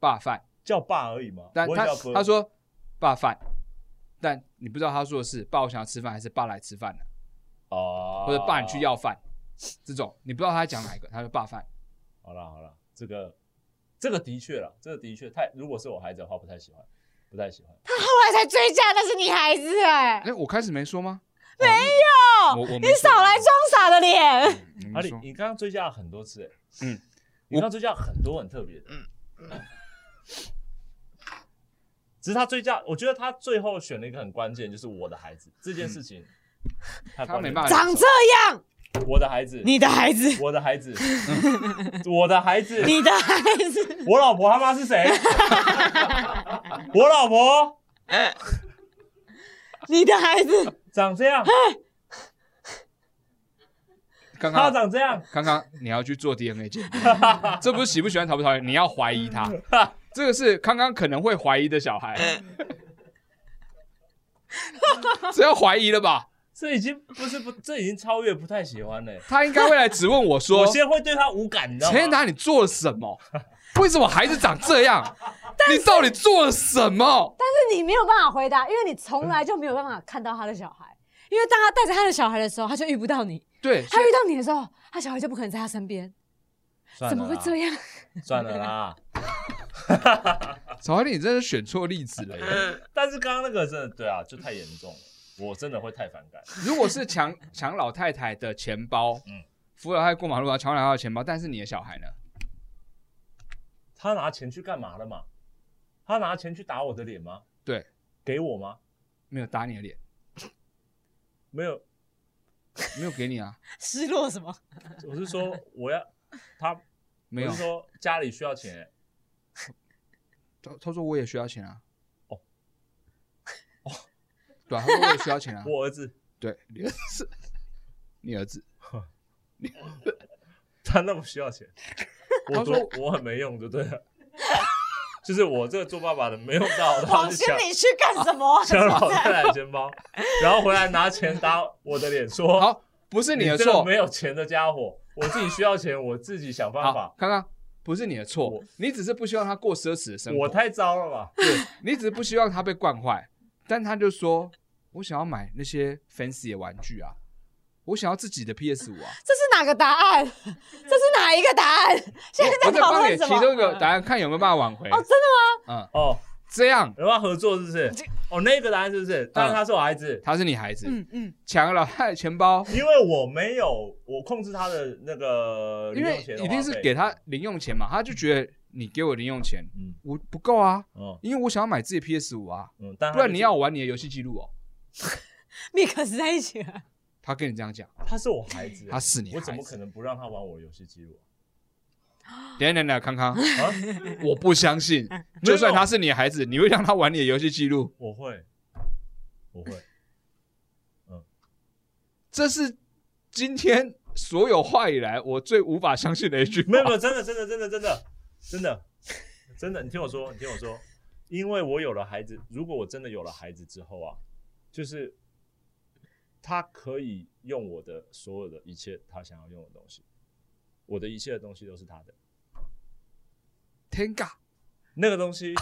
[SPEAKER 1] 爸饭。
[SPEAKER 2] 叫爸而已嘛。
[SPEAKER 1] 但
[SPEAKER 2] 不会
[SPEAKER 1] 他
[SPEAKER 2] 叫哥
[SPEAKER 1] 他说爸饭，但你不知道他说的是爸我想要吃饭还是爸来吃饭的，
[SPEAKER 2] 哦，
[SPEAKER 1] 或者爸你去。要饭，这种你不知道他在讲哪一个，他说爸饭。
[SPEAKER 2] 好了好了，这个这个的确了，这个的确太，如果是我孩子的话，不太喜欢，不太喜欢。
[SPEAKER 4] 后来才追加，那是你孩子哎、
[SPEAKER 1] 哎，我开始没说吗？
[SPEAKER 2] 没
[SPEAKER 1] 我我
[SPEAKER 4] 你少来装傻的脸。
[SPEAKER 2] 阿
[SPEAKER 1] 装
[SPEAKER 2] 里
[SPEAKER 1] 你，说
[SPEAKER 2] 你刚刚追加了很多次、欸，
[SPEAKER 1] 嗯，
[SPEAKER 2] 你刚刚追加了很多很特别的，嗯，只是他追加，我觉得他最后选了一个很关键，就是我的孩子这件事情，太
[SPEAKER 1] 嗯
[SPEAKER 2] 关
[SPEAKER 1] 他没
[SPEAKER 2] 键
[SPEAKER 1] 办法
[SPEAKER 4] 长这样，
[SPEAKER 2] 我的孩子，
[SPEAKER 4] 你的孩子，
[SPEAKER 2] 我的 孩子，我的孩子，
[SPEAKER 4] 你的孩子，
[SPEAKER 2] 我老婆他妈 是谁？我老婆
[SPEAKER 4] 你的孩 子，
[SPEAKER 2] 长这样，
[SPEAKER 1] 刚
[SPEAKER 2] 他
[SPEAKER 1] 刚
[SPEAKER 2] 长这样，
[SPEAKER 1] 刚刚你要去做 DNA 检 验，这不是喜不喜欢、讨不讨厌，你要怀疑他。这个是康康可能会怀疑的小孩，这要怀疑了吧？
[SPEAKER 2] 这已经不是不，这已经超越不太喜欢了、欸。
[SPEAKER 1] 他应该会来质问我说
[SPEAKER 2] 我：“先会对他无感，你知道
[SPEAKER 1] 陈彦
[SPEAKER 2] 吗
[SPEAKER 1] 达，？你做了什么？为什么孩子长这样？你到底做了什么
[SPEAKER 4] 但是你没有办法回答，因为你从来就没有办法看到他的小孩。因为当他带着他的小孩的时候，他就遇不到你；？”
[SPEAKER 1] 对，
[SPEAKER 4] 他遇到你的时候，他小孩就不可能在他身边。
[SPEAKER 2] 算
[SPEAKER 4] 怎
[SPEAKER 2] 了
[SPEAKER 4] 么会
[SPEAKER 2] 啦
[SPEAKER 4] 这？样？
[SPEAKER 2] 算了啦。
[SPEAKER 1] 小孩，你真的选错例子了耶。
[SPEAKER 2] 但是刚刚那个真的对啊，就太严重了，我真的会太反感。
[SPEAKER 1] 如果是抢抢老太太的钱包，嗯
[SPEAKER 2] 嗯，
[SPEAKER 1] 扶老太太过马路啊，抢老太太的钱包，但是你的小孩呢？
[SPEAKER 2] 他拿钱去干嘛了嘛？他拿钱去打我的脸吗？
[SPEAKER 1] 对，
[SPEAKER 2] 给我吗？
[SPEAKER 1] 没有打你的脸，
[SPEAKER 2] 没有，
[SPEAKER 1] 没有给你啊，
[SPEAKER 4] 失落什么？
[SPEAKER 2] 我是说我要他，
[SPEAKER 1] 没有
[SPEAKER 2] 我是。说家里需要钱、欸。
[SPEAKER 1] 他他说我也需要钱啊。哦
[SPEAKER 2] 哦，
[SPEAKER 1] 对啊，他说我也需要钱啊。
[SPEAKER 2] 我儿子
[SPEAKER 1] 对，你 儿子，你儿子，
[SPEAKER 2] 他那么需要钱，
[SPEAKER 1] 他
[SPEAKER 2] 我
[SPEAKER 1] 说
[SPEAKER 2] 多我很没用，就对了。就是我这个做爸爸的没用到，然后
[SPEAKER 4] 往
[SPEAKER 2] 就
[SPEAKER 4] 心
[SPEAKER 2] 抢
[SPEAKER 4] 里去干什么？
[SPEAKER 2] 抢老太太的钱包，然后回来拿钱打我的脸，说
[SPEAKER 1] 好，不是你的
[SPEAKER 2] 这个
[SPEAKER 1] 错，
[SPEAKER 2] 没有钱的家伙，我自己需要钱，我自己想办
[SPEAKER 1] 好
[SPEAKER 2] 法，。
[SPEAKER 1] 刚刚不是你的错
[SPEAKER 2] 我，
[SPEAKER 1] 你只是不希望他过奢侈的生活，
[SPEAKER 2] 我太糟了吧？
[SPEAKER 1] 你只是不希望他被惯坏，但他就说，我想要买那些 fancy 的玩具啊，我想要自己的 PS 五啊。
[SPEAKER 4] 这是哪个答案？这是哪一个答案？现
[SPEAKER 1] 我
[SPEAKER 4] 在在
[SPEAKER 1] 再
[SPEAKER 4] 讨
[SPEAKER 1] 帮你
[SPEAKER 4] 论什
[SPEAKER 1] 提
[SPEAKER 4] 么？
[SPEAKER 1] 供一个答案，看有没有办法挽回。
[SPEAKER 4] 哦，真的
[SPEAKER 1] 嗯，
[SPEAKER 2] 哦，
[SPEAKER 1] 这样
[SPEAKER 2] 有没有合作是不是
[SPEAKER 4] 这？
[SPEAKER 2] 哦，那个答案是不是？但是
[SPEAKER 1] 嗯
[SPEAKER 2] 他是我孩子，
[SPEAKER 1] 他是你孩子，
[SPEAKER 4] 吗？嗯嗯，
[SPEAKER 1] 抢了老太太的钱包，
[SPEAKER 2] 因为我没有我控制他的那个
[SPEAKER 1] 因
[SPEAKER 2] 零
[SPEAKER 1] 为
[SPEAKER 2] 用钱的
[SPEAKER 1] 一
[SPEAKER 2] 花费，
[SPEAKER 1] 定是给他零用钱嘛，他就觉得你给我零用钱，
[SPEAKER 2] 嗯
[SPEAKER 1] 我不够啊，
[SPEAKER 2] 嗯
[SPEAKER 1] 因为我想要买自己 PS 五啊，
[SPEAKER 2] 嗯，但
[SPEAKER 1] 不
[SPEAKER 2] 他
[SPEAKER 1] 然你要我玩你的游戏记录哦。
[SPEAKER 4] 密克斯在一起了。
[SPEAKER 1] 他跟你这样 讲，
[SPEAKER 2] 他是我孩子，
[SPEAKER 1] 他是你
[SPEAKER 2] 我
[SPEAKER 1] 孩
[SPEAKER 2] 怎么
[SPEAKER 1] 子
[SPEAKER 2] 可能不让他玩我游戏记录
[SPEAKER 1] 等一下等一下，康康，
[SPEAKER 2] 啊？啊
[SPEAKER 1] 我不相 信，就算他是你的孩子，你会让他玩你的游戏记录？
[SPEAKER 2] 我会，我会，
[SPEAKER 1] 这是今天所有话以来我最无法相信的一句话。
[SPEAKER 2] 没有没有，真的真的真的真的真的真的，你听我说，你听我说，因为我有了孩子，如果我真的有了孩子之后啊，就是他可以用我的所有的一切他想要用的东西，我的一切的东西都是他的，
[SPEAKER 1] 天尬，
[SPEAKER 2] 那个东 西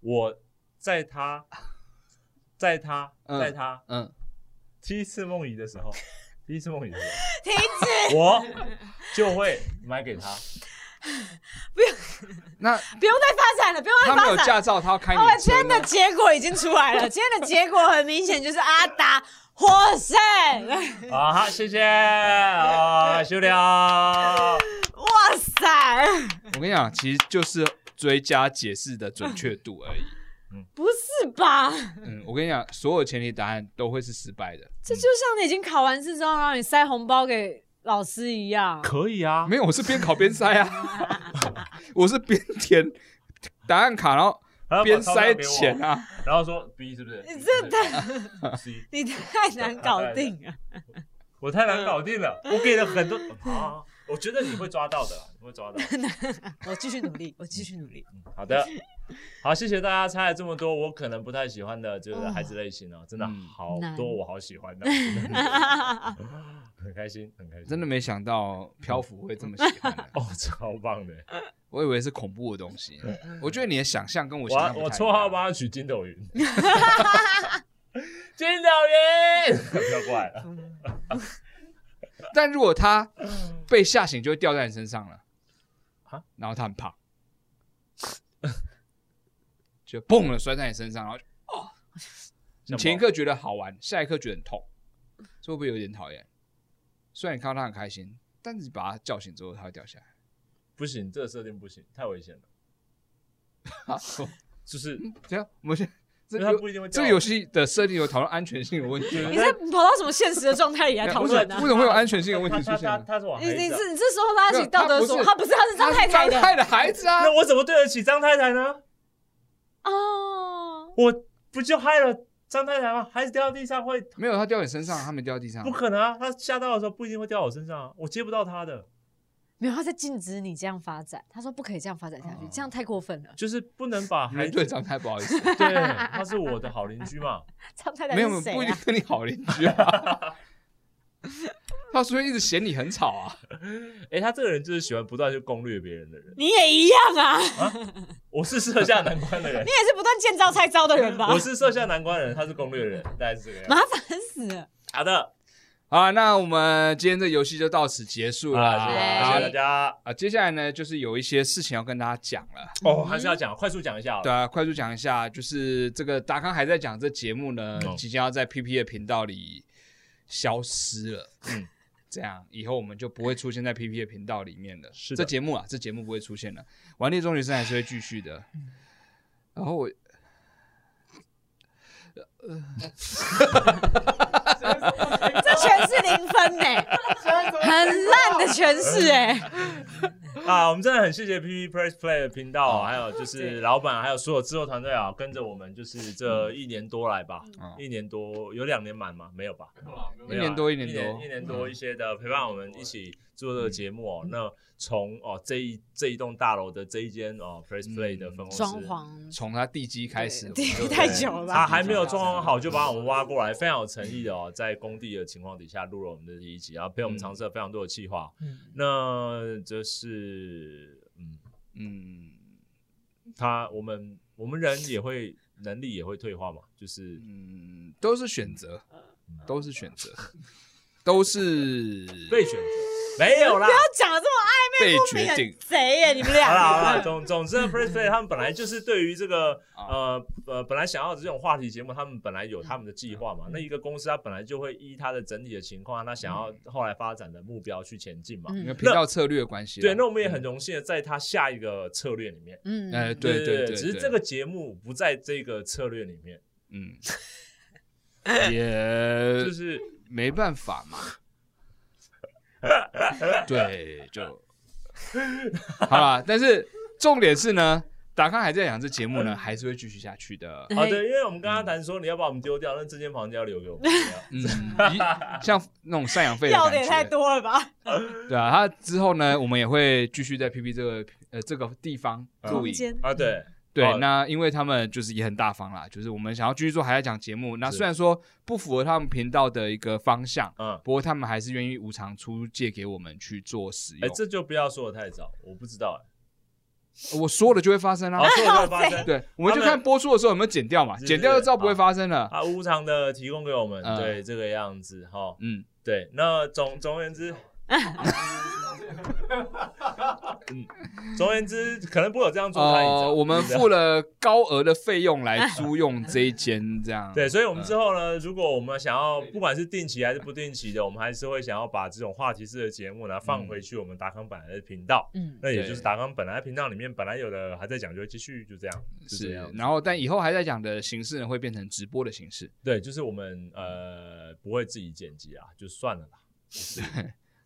[SPEAKER 2] 我在他在他
[SPEAKER 1] 嗯
[SPEAKER 2] 在他
[SPEAKER 1] 嗯，
[SPEAKER 2] 第一次梦遗的时候，第一次梦遗的时
[SPEAKER 4] 停止！
[SPEAKER 2] 候，我就会买给他。
[SPEAKER 4] 不要，
[SPEAKER 1] 那
[SPEAKER 4] 不用再发展了，不用再
[SPEAKER 1] 他没有
[SPEAKER 4] 发展
[SPEAKER 1] 驾
[SPEAKER 4] 了。
[SPEAKER 1] 照，他要开你
[SPEAKER 4] 哦，
[SPEAKER 1] 的
[SPEAKER 4] 今
[SPEAKER 1] 车
[SPEAKER 4] 天的
[SPEAKER 1] 呢，
[SPEAKER 4] 结果已经出来了，今天的结果很明显就是阿达获胜。
[SPEAKER 2] 啊，好，谢谢
[SPEAKER 1] 哎
[SPEAKER 2] 啊，修了。
[SPEAKER 4] 哇塞，
[SPEAKER 1] 我跟你讲，其实就是追加解释的准确度而已。
[SPEAKER 4] 不是吧？
[SPEAKER 1] 嗯，我跟你讲，所有前提答案都会是失败的。
[SPEAKER 4] 这就像你已经考完试之后，然后你塞红包给老师一样。
[SPEAKER 2] 可以 啊
[SPEAKER 1] 没有，我是边考边塞啊， 我是边填 答案卡，然后
[SPEAKER 2] 有
[SPEAKER 1] 边塞钱，啊。
[SPEAKER 2] 然后说 B 是不是？
[SPEAKER 4] 你这
[SPEAKER 2] 太 C，
[SPEAKER 4] 你太难搞定啊了，
[SPEAKER 2] 我太难搞定
[SPEAKER 1] 嗯
[SPEAKER 2] 了，我给了很多啊，我觉得你会抓到的啦，你会抓到。
[SPEAKER 4] 我继续努力，我继续努力。
[SPEAKER 2] 嗯好的，好，谢谢大家猜了这么多，我可能不太喜欢的就是孩子类型哦，真的
[SPEAKER 1] 嗯
[SPEAKER 2] 好
[SPEAKER 4] 难
[SPEAKER 2] 多我好喜欢 的，真的很开心，很开心，
[SPEAKER 1] 真的没想到漂浮会这么喜欢、
[SPEAKER 2] 哦，超棒的。
[SPEAKER 1] 我以为是恐怖的东西。我觉得你的想象跟我
[SPEAKER 2] 我
[SPEAKER 1] 想象不
[SPEAKER 2] 嗯我
[SPEAKER 1] 太一
[SPEAKER 2] 绰
[SPEAKER 1] 样
[SPEAKER 2] 号帮他取筋斗云，筋 斗云，不要过来了。
[SPEAKER 1] 但如果他被吓醒，就会掉在你身上了
[SPEAKER 2] 嗯啊
[SPEAKER 1] 然后他很怕， 就砰了摔在你身上，然后就
[SPEAKER 2] 哦
[SPEAKER 1] 你前一刻觉得好玩，下一刻觉得很痛，这会不会有点讨厌？虽然你看到他很开心，但是你把他叫醒之后，他会掉下 来。
[SPEAKER 2] 不行，这个设定不行，太危险了。
[SPEAKER 1] 好，
[SPEAKER 2] 就是
[SPEAKER 1] 这样我们先嗯这
[SPEAKER 2] 因为他
[SPEAKER 1] 游
[SPEAKER 2] 不一定会
[SPEAKER 1] 这
[SPEAKER 2] 掉啊
[SPEAKER 1] 个游戏的设定有讨论安全 性的问题吗，
[SPEAKER 4] 你是跑到什么现实的状态里来
[SPEAKER 1] 为
[SPEAKER 4] 讨
[SPEAKER 1] 什
[SPEAKER 4] 论
[SPEAKER 1] 么
[SPEAKER 4] 呢
[SPEAKER 1] 为？什么会有安全性的问题
[SPEAKER 2] 他
[SPEAKER 1] 出
[SPEAKER 2] 他
[SPEAKER 1] 现
[SPEAKER 2] 他
[SPEAKER 1] 呢？
[SPEAKER 2] 他是往
[SPEAKER 4] 你
[SPEAKER 2] 黑
[SPEAKER 4] 你
[SPEAKER 2] 的，啊
[SPEAKER 4] 是你是说拉
[SPEAKER 1] 没
[SPEAKER 4] 起
[SPEAKER 1] 有
[SPEAKER 4] 道德
[SPEAKER 1] 他不
[SPEAKER 4] 锁？
[SPEAKER 1] 是
[SPEAKER 4] 他不是，他是张太太
[SPEAKER 1] 他是张太
[SPEAKER 4] 的
[SPEAKER 1] 的孩子 啊
[SPEAKER 2] 那，我怎么对得起张太太呢？
[SPEAKER 4] 哦。
[SPEAKER 2] 我不就害了张太太吗？孩子掉到地上会
[SPEAKER 1] 没有他掉你身上，他没掉地上
[SPEAKER 2] 不。可能啊，他吓到的时候不一定会掉我身上啊，我接不到他的，
[SPEAKER 4] 没有，他在禁止你这样发展。他说不可以这样发展下去，这样太过分了。
[SPEAKER 2] 就是不能把
[SPEAKER 1] 你
[SPEAKER 2] 孩
[SPEAKER 1] 们
[SPEAKER 2] 子
[SPEAKER 1] 队长太不好意思了。
[SPEAKER 2] 对，他是我的好邻居嘛，
[SPEAKER 4] 张太太
[SPEAKER 1] 没有，没
[SPEAKER 4] 是
[SPEAKER 1] 有
[SPEAKER 4] 谁
[SPEAKER 1] 不一定
[SPEAKER 4] 啊？
[SPEAKER 1] 跟你好邻居啊。 他说一直嫌你很吵啊，
[SPEAKER 2] 哎、他这个人就是喜欢不断去攻略别人的人，
[SPEAKER 4] 你也一样啊， 你
[SPEAKER 2] 我是设下难 关的人，
[SPEAKER 4] 也是不断见招拆招的人吧？
[SPEAKER 2] 我是设下难关的人，他是攻略人，大概是这个样
[SPEAKER 4] 麻
[SPEAKER 2] 子。
[SPEAKER 4] 烦死了。
[SPEAKER 2] 好的，
[SPEAKER 1] 好，那我们今天这游戏就到此结束了
[SPEAKER 2] 啊，
[SPEAKER 1] 啊。
[SPEAKER 2] 谢
[SPEAKER 4] 哎
[SPEAKER 2] 谢谢谢大家。
[SPEAKER 1] 啊，接下来呢，就是有一些事情要跟大家讲了。
[SPEAKER 2] 哦，还是要讲，快速讲一下好了。
[SPEAKER 1] 对啊，快速讲一下，就是这个达康还在讲这节目呢
[SPEAKER 2] 嗯，
[SPEAKER 1] 即将要在 PP 的频道里消失了。嗯
[SPEAKER 2] 嗯，
[SPEAKER 1] 这样以后我们就不会出现在 PP 的频道里面了。
[SPEAKER 2] 是的
[SPEAKER 1] 这节目啊，这节目不会出现了。玩力中学生还是会继续的。
[SPEAKER 4] 嗯
[SPEAKER 1] 然后我
[SPEAKER 2] 嗯
[SPEAKER 4] 这全是零分呢、 很烂的全是哎、
[SPEAKER 2] 啊，我们真的很谢谢 PP Press Play 的频道
[SPEAKER 1] 嗯
[SPEAKER 2] 啊，还有就是老板，还有所有制作团队啊，跟着我们就是这一年多来吧，
[SPEAKER 1] 嗯
[SPEAKER 2] 一年多有两年满吗？没有吧？
[SPEAKER 1] 一年多
[SPEAKER 2] 没
[SPEAKER 1] 一
[SPEAKER 2] 有啊
[SPEAKER 1] 年多
[SPEAKER 2] 一
[SPEAKER 1] 嗯
[SPEAKER 2] 一年多一些的陪伴我们一起做这个节目
[SPEAKER 1] 嗯
[SPEAKER 2] 哦。那从哦这一这一栋大楼的这一间哦 Press Play
[SPEAKER 1] 嗯
[SPEAKER 2] 的分公司
[SPEAKER 4] 装。潢
[SPEAKER 1] 从他地基开始，
[SPEAKER 4] 对
[SPEAKER 1] 我们就
[SPEAKER 4] 太久了吧
[SPEAKER 2] 啊，还没有装潢好就把我们挖过来，非常有诚意的
[SPEAKER 1] 嗯
[SPEAKER 2] 哦，在工地的情况底下录了我们的第一集，然后陪我们尝试了非常多的计划。
[SPEAKER 4] 嗯
[SPEAKER 2] 那就是嗯，
[SPEAKER 1] 嗯
[SPEAKER 2] 他我们我们人也会能力也会退化嘛，就是
[SPEAKER 1] 嗯，都是选择，
[SPEAKER 4] 嗯
[SPEAKER 1] 都是选择，都是
[SPEAKER 2] 被选择没有啦。
[SPEAKER 4] 讲的这么
[SPEAKER 1] 被
[SPEAKER 4] 暧昧
[SPEAKER 1] 决
[SPEAKER 4] 很
[SPEAKER 1] 定。
[SPEAKER 4] 贼耶、你们
[SPEAKER 2] 好啦好
[SPEAKER 4] 俩。
[SPEAKER 2] 啦，总总之呢，Press Play 他们本来就是对于这个
[SPEAKER 1] 啊
[SPEAKER 2] 呃呃本来想要的这种话题节目，他们本来有他们的计划嘛。
[SPEAKER 1] 嗯
[SPEAKER 2] 那一个公司它本来就会依它的整体的情况，它想
[SPEAKER 1] 嗯
[SPEAKER 2] 要后来发展的目标去前进嘛。
[SPEAKER 1] 因为
[SPEAKER 4] 嗯
[SPEAKER 1] 频道策略的关系啦，
[SPEAKER 2] 对，那我们也很荣幸的在它下一个策略里面。
[SPEAKER 4] 嗯，
[SPEAKER 1] 哎对
[SPEAKER 2] 对
[SPEAKER 1] 对
[SPEAKER 2] 只是
[SPEAKER 1] 对
[SPEAKER 2] 这个节目不在这个策略里面，
[SPEAKER 1] 嗯，
[SPEAKER 2] 就
[SPEAKER 1] 也
[SPEAKER 2] 是
[SPEAKER 1] 没办法 嘛。对，就好啦。但是重点是呢，达康还在讲这节目
[SPEAKER 4] 嗯
[SPEAKER 1] 呢，还是会继续下去的。
[SPEAKER 2] 好的，哦因为我们刚刚谈说你要把我们丢掉，那这间房间要留给我们。
[SPEAKER 1] 嗯，一像那种赡养费的
[SPEAKER 4] 要
[SPEAKER 1] 感
[SPEAKER 4] 的也太
[SPEAKER 1] 觉，
[SPEAKER 4] 多了吧？
[SPEAKER 1] 对啊。他之后呢，我们也会继续在 PP 这个呃这个地方录
[SPEAKER 4] 呃空
[SPEAKER 1] 影。
[SPEAKER 4] 间
[SPEAKER 2] 啊，对，
[SPEAKER 1] 对
[SPEAKER 2] 哦，
[SPEAKER 1] 那因为他们就是也很大方啦，就是我们想要继续做还在讲节目，那
[SPEAKER 2] 是
[SPEAKER 1] 虽然说不符合他们频道的一个方向，
[SPEAKER 2] 嗯，
[SPEAKER 1] 不过他们还是愿意无偿出借给我们去做使
[SPEAKER 2] 哎、
[SPEAKER 1] 用。
[SPEAKER 2] 这就不要说的太早，我不知道、
[SPEAKER 1] 我说了就会发生
[SPEAKER 2] 哎，
[SPEAKER 1] 啊
[SPEAKER 2] 好，，说的就发生。
[SPEAKER 1] 对，我们就
[SPEAKER 2] 他们
[SPEAKER 1] 看播出的时候有没有剪掉嘛，
[SPEAKER 2] 是
[SPEAKER 1] 剪掉就知道不会发生了。
[SPEAKER 2] 啊，无偿的提供给我们，
[SPEAKER 1] 嗯
[SPEAKER 2] 对这个样子哈，
[SPEAKER 1] 嗯，
[SPEAKER 2] 嗯对，那总总而言之，总而言之，可能不会有这样做太
[SPEAKER 1] 呃，我 们付了高额的费用来租用这一间，这样
[SPEAKER 2] 对，所以，我们之后
[SPEAKER 1] 嗯
[SPEAKER 2] 呢，如果我们想要不管是定期还是不定期的，我们还是会想要把这种话题式的节目呢放回去我们达康本来的频道。
[SPEAKER 4] 嗯，
[SPEAKER 2] 那也就是
[SPEAKER 1] 对
[SPEAKER 2] 达康本来的频道里面本来有的还在讲，就会继续就这样，就这
[SPEAKER 1] 是
[SPEAKER 2] 样。。
[SPEAKER 1] 然后，但以后还在讲的形式呢，会变成直播的形式。
[SPEAKER 2] 对，就是我们呃不会自己剪辑啊，就算了啦。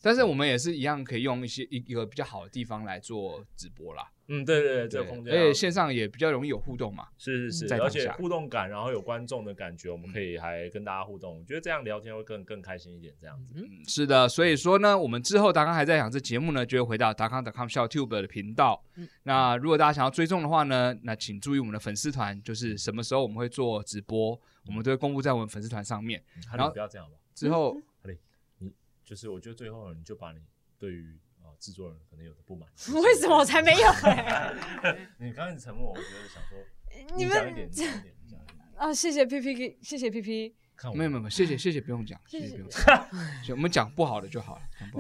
[SPEAKER 1] 但是我们也是一样，可以用一些一一个比较好的地方来做直播啦。
[SPEAKER 2] 嗯，对对对，这
[SPEAKER 1] 对
[SPEAKER 2] 个空，
[SPEAKER 1] 而
[SPEAKER 2] 间啊，
[SPEAKER 1] 且线上也比较容易有互动嘛。
[SPEAKER 2] 是是是，
[SPEAKER 1] 在
[SPEAKER 2] 而
[SPEAKER 1] 当
[SPEAKER 2] 且
[SPEAKER 1] 下嗯
[SPEAKER 2] 互动感，然后有观众的感觉，我们可以还跟大家互动，我觉得这样聊天会更更开心一点。这样子，
[SPEAKER 1] 嗯，是的，所以说呢，我们之后达康还在讲这节目呢，就会回到达康 .com 笑 Tube 的频道。
[SPEAKER 4] 嗯
[SPEAKER 1] 那如果大家想要追踪的话呢，那请注意我们的粉丝团，就是什么时候我们会做直播，我们都会公布在我们粉丝团上面。
[SPEAKER 2] 哈
[SPEAKER 1] 然后
[SPEAKER 2] 嗯利，不要这样吧。
[SPEAKER 1] 之
[SPEAKER 4] 嗯
[SPEAKER 1] 后，
[SPEAKER 2] 就是我觉得最后你就把你对于啊制作人可能有的不满，
[SPEAKER 4] 为什么我才没有、欸？
[SPEAKER 2] 你刚开始沉默，我觉得想说
[SPEAKER 4] 你
[SPEAKER 2] 讲一点，
[SPEAKER 4] 们
[SPEAKER 2] 你讲一点，你讲一点，
[SPEAKER 4] 啊，谢谢 P P，谢谢 P P，
[SPEAKER 2] 看我
[SPEAKER 1] 没有没有，没有谢谢谢谢，不用讲，
[SPEAKER 4] 谢
[SPEAKER 1] 谢
[SPEAKER 4] 谢
[SPEAKER 1] 谢不用讲，就我们讲不好的就好了。讲不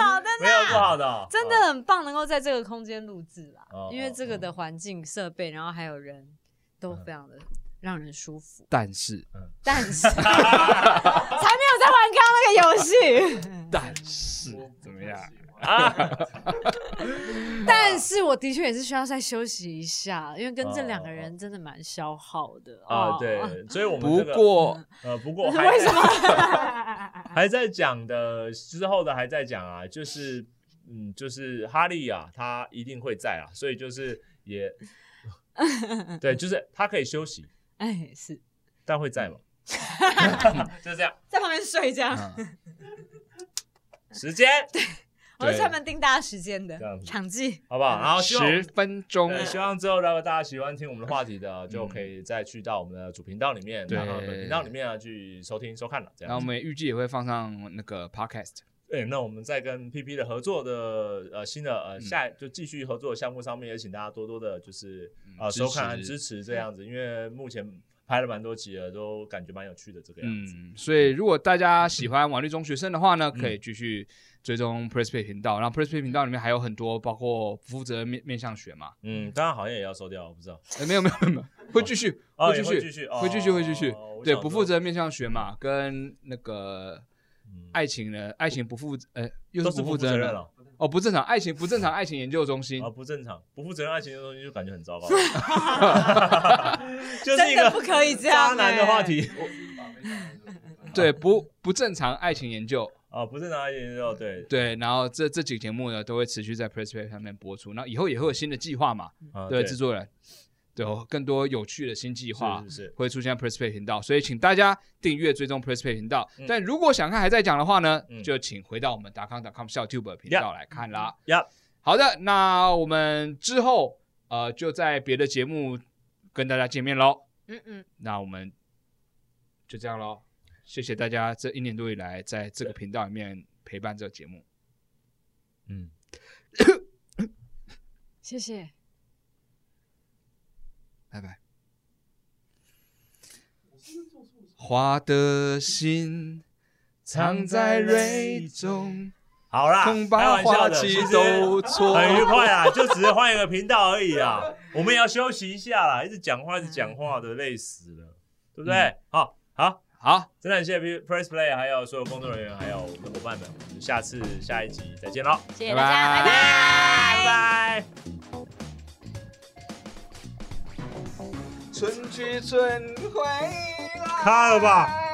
[SPEAKER 1] 好的
[SPEAKER 4] 没有不好的，
[SPEAKER 2] 没有不好的哦，
[SPEAKER 4] 真的很棒，能够在这个空间录制啦
[SPEAKER 2] 哦，
[SPEAKER 4] 因为这个的环境、设备，然后还有人都非常的让人舒
[SPEAKER 2] 嗯
[SPEAKER 4] 服。
[SPEAKER 1] 但是
[SPEAKER 4] 但是 才没有在玩刚刚那个游戏，
[SPEAKER 1] 但是
[SPEAKER 3] 我不
[SPEAKER 1] 怎么
[SPEAKER 3] 太
[SPEAKER 1] 样？
[SPEAKER 3] 喜
[SPEAKER 2] 嗯
[SPEAKER 3] 欢
[SPEAKER 4] 但是我的确也是需要再休息一下，因为跟这两个人真的蛮消耗的
[SPEAKER 2] 啊，
[SPEAKER 4] 哦
[SPEAKER 2] 对，所以我们
[SPEAKER 1] 不
[SPEAKER 2] 这个
[SPEAKER 1] 过
[SPEAKER 2] 呃，不过还为什么还在讲的之后的还在讲啊？就是嗯，就是哈利啊，他一定会在啊，所以就是也对，就是他可以休息，
[SPEAKER 4] 哎，是
[SPEAKER 2] 但会在嘛，就这样。
[SPEAKER 4] 在旁边睡这样，
[SPEAKER 1] 嗯
[SPEAKER 2] 时间
[SPEAKER 4] 我是专门盯大家时间的
[SPEAKER 2] 这样子
[SPEAKER 4] 场记。
[SPEAKER 2] 好不好？然后希望
[SPEAKER 1] 十分钟
[SPEAKER 2] 对，希望之后如果大家喜欢听我们的话题的，
[SPEAKER 1] 嗯
[SPEAKER 2] 就可以再去到我们的主频道里面，
[SPEAKER 1] 对
[SPEAKER 2] 然后本频道里面啊去收听收看了。这
[SPEAKER 1] 然后
[SPEAKER 2] 样
[SPEAKER 1] 我
[SPEAKER 2] 子，
[SPEAKER 1] 们也预计也会放上那个 podcast。
[SPEAKER 2] 对，哎那我们在跟 PP 的合作的呃新的
[SPEAKER 1] 嗯
[SPEAKER 2] 呃下就继续合作的项目上面，也请大家多多的就是呃
[SPEAKER 1] 嗯支
[SPEAKER 2] 收看和
[SPEAKER 1] 持
[SPEAKER 2] 支持这样子，因为目前拍了蛮多集了，都感觉蛮有趣的这个样子。
[SPEAKER 1] 嗯，所以如果大家喜欢玩绿中学生的话呢，
[SPEAKER 2] 嗯
[SPEAKER 1] 可以继续追踪 p r e s p a y 频道。然后 p r e s p a y 频道里面还有很多，包括负责面面向 学嘛，
[SPEAKER 2] 嗯，当然好像也要收掉，我不知道。
[SPEAKER 1] 呃，没有没有没有，会继续，
[SPEAKER 2] 哦
[SPEAKER 1] 继
[SPEAKER 2] 也会继续
[SPEAKER 1] 续，
[SPEAKER 2] 哦
[SPEAKER 1] 会继续，会继续
[SPEAKER 2] 哦我。
[SPEAKER 1] 对，
[SPEAKER 2] 想
[SPEAKER 1] 不
[SPEAKER 2] 说
[SPEAKER 1] 负责面向学嘛，跟那个
[SPEAKER 2] 嗯，
[SPEAKER 1] 爱情呢，爱情不负，呃，又
[SPEAKER 2] 都
[SPEAKER 1] 是
[SPEAKER 2] 是
[SPEAKER 1] 负
[SPEAKER 2] 负
[SPEAKER 1] 责
[SPEAKER 2] 责
[SPEAKER 1] 任
[SPEAKER 2] 任了
[SPEAKER 1] 哦，不正常，爱情不正常，爱情研究中心
[SPEAKER 2] 啊，，不正常，不负责任爱情这东西就感觉 很糟糕，就是一
[SPEAKER 4] 真的
[SPEAKER 2] 个
[SPEAKER 4] 不可以这
[SPEAKER 2] 渣
[SPEAKER 4] 样、欸，
[SPEAKER 2] 男的话 题。
[SPEAKER 3] 就是把妹当成就是把妹
[SPEAKER 1] 对，不不正常爱情研究，
[SPEAKER 2] 啊，不是拿研究对，
[SPEAKER 1] 对，然后这这几个节目呢都会持续在 p r e s p a y 上面播出，那以后也会有新的计划嘛，
[SPEAKER 2] 啊
[SPEAKER 1] 对制作人，对哦，更多有趣的新计划
[SPEAKER 2] 是是是
[SPEAKER 1] 会出现在 Press Play 频道，所以请大家订阅追踪 Press Play 频道。但如果想看还在讲的话呢，
[SPEAKER 2] 嗯
[SPEAKER 1] 就请回到我们 dot com dot com 笑 Tube 频道来看啦。
[SPEAKER 2] 嗯呀，
[SPEAKER 1] 好的，那我们之后呃就在别的节目跟大家见面喽。
[SPEAKER 4] 嗯嗯，
[SPEAKER 1] 那我们就这样喽，谢谢大家这一年多以来在这个频道里面陪伴这个节目。
[SPEAKER 2] 嗯，
[SPEAKER 4] 谢谢。
[SPEAKER 1] 拜拜。
[SPEAKER 3] 我是不是做错了什么
[SPEAKER 1] 花的心藏在蕊中，
[SPEAKER 2] 好啦，
[SPEAKER 1] 恐
[SPEAKER 2] 啊开
[SPEAKER 1] 怕
[SPEAKER 2] 玩笑
[SPEAKER 1] 花
[SPEAKER 2] 的，
[SPEAKER 1] 期
[SPEAKER 2] 其实
[SPEAKER 1] 都错。
[SPEAKER 2] 很愉快啊，就只是换一个频道而 已啊，我们也要休息一下啦，一直讲话一直讲话的，累死了，对不对
[SPEAKER 1] 嗯？
[SPEAKER 2] 好，好，
[SPEAKER 1] 好，
[SPEAKER 2] 真的很谢谢 Press Play，还有所有工作人员，还有我们的伙伴们，我们下次下一集再见喽，
[SPEAKER 4] 谢
[SPEAKER 1] 谢大家拜拜拜
[SPEAKER 2] 拜拜。
[SPEAKER 1] 春去春回来。
[SPEAKER 2] 看了吧。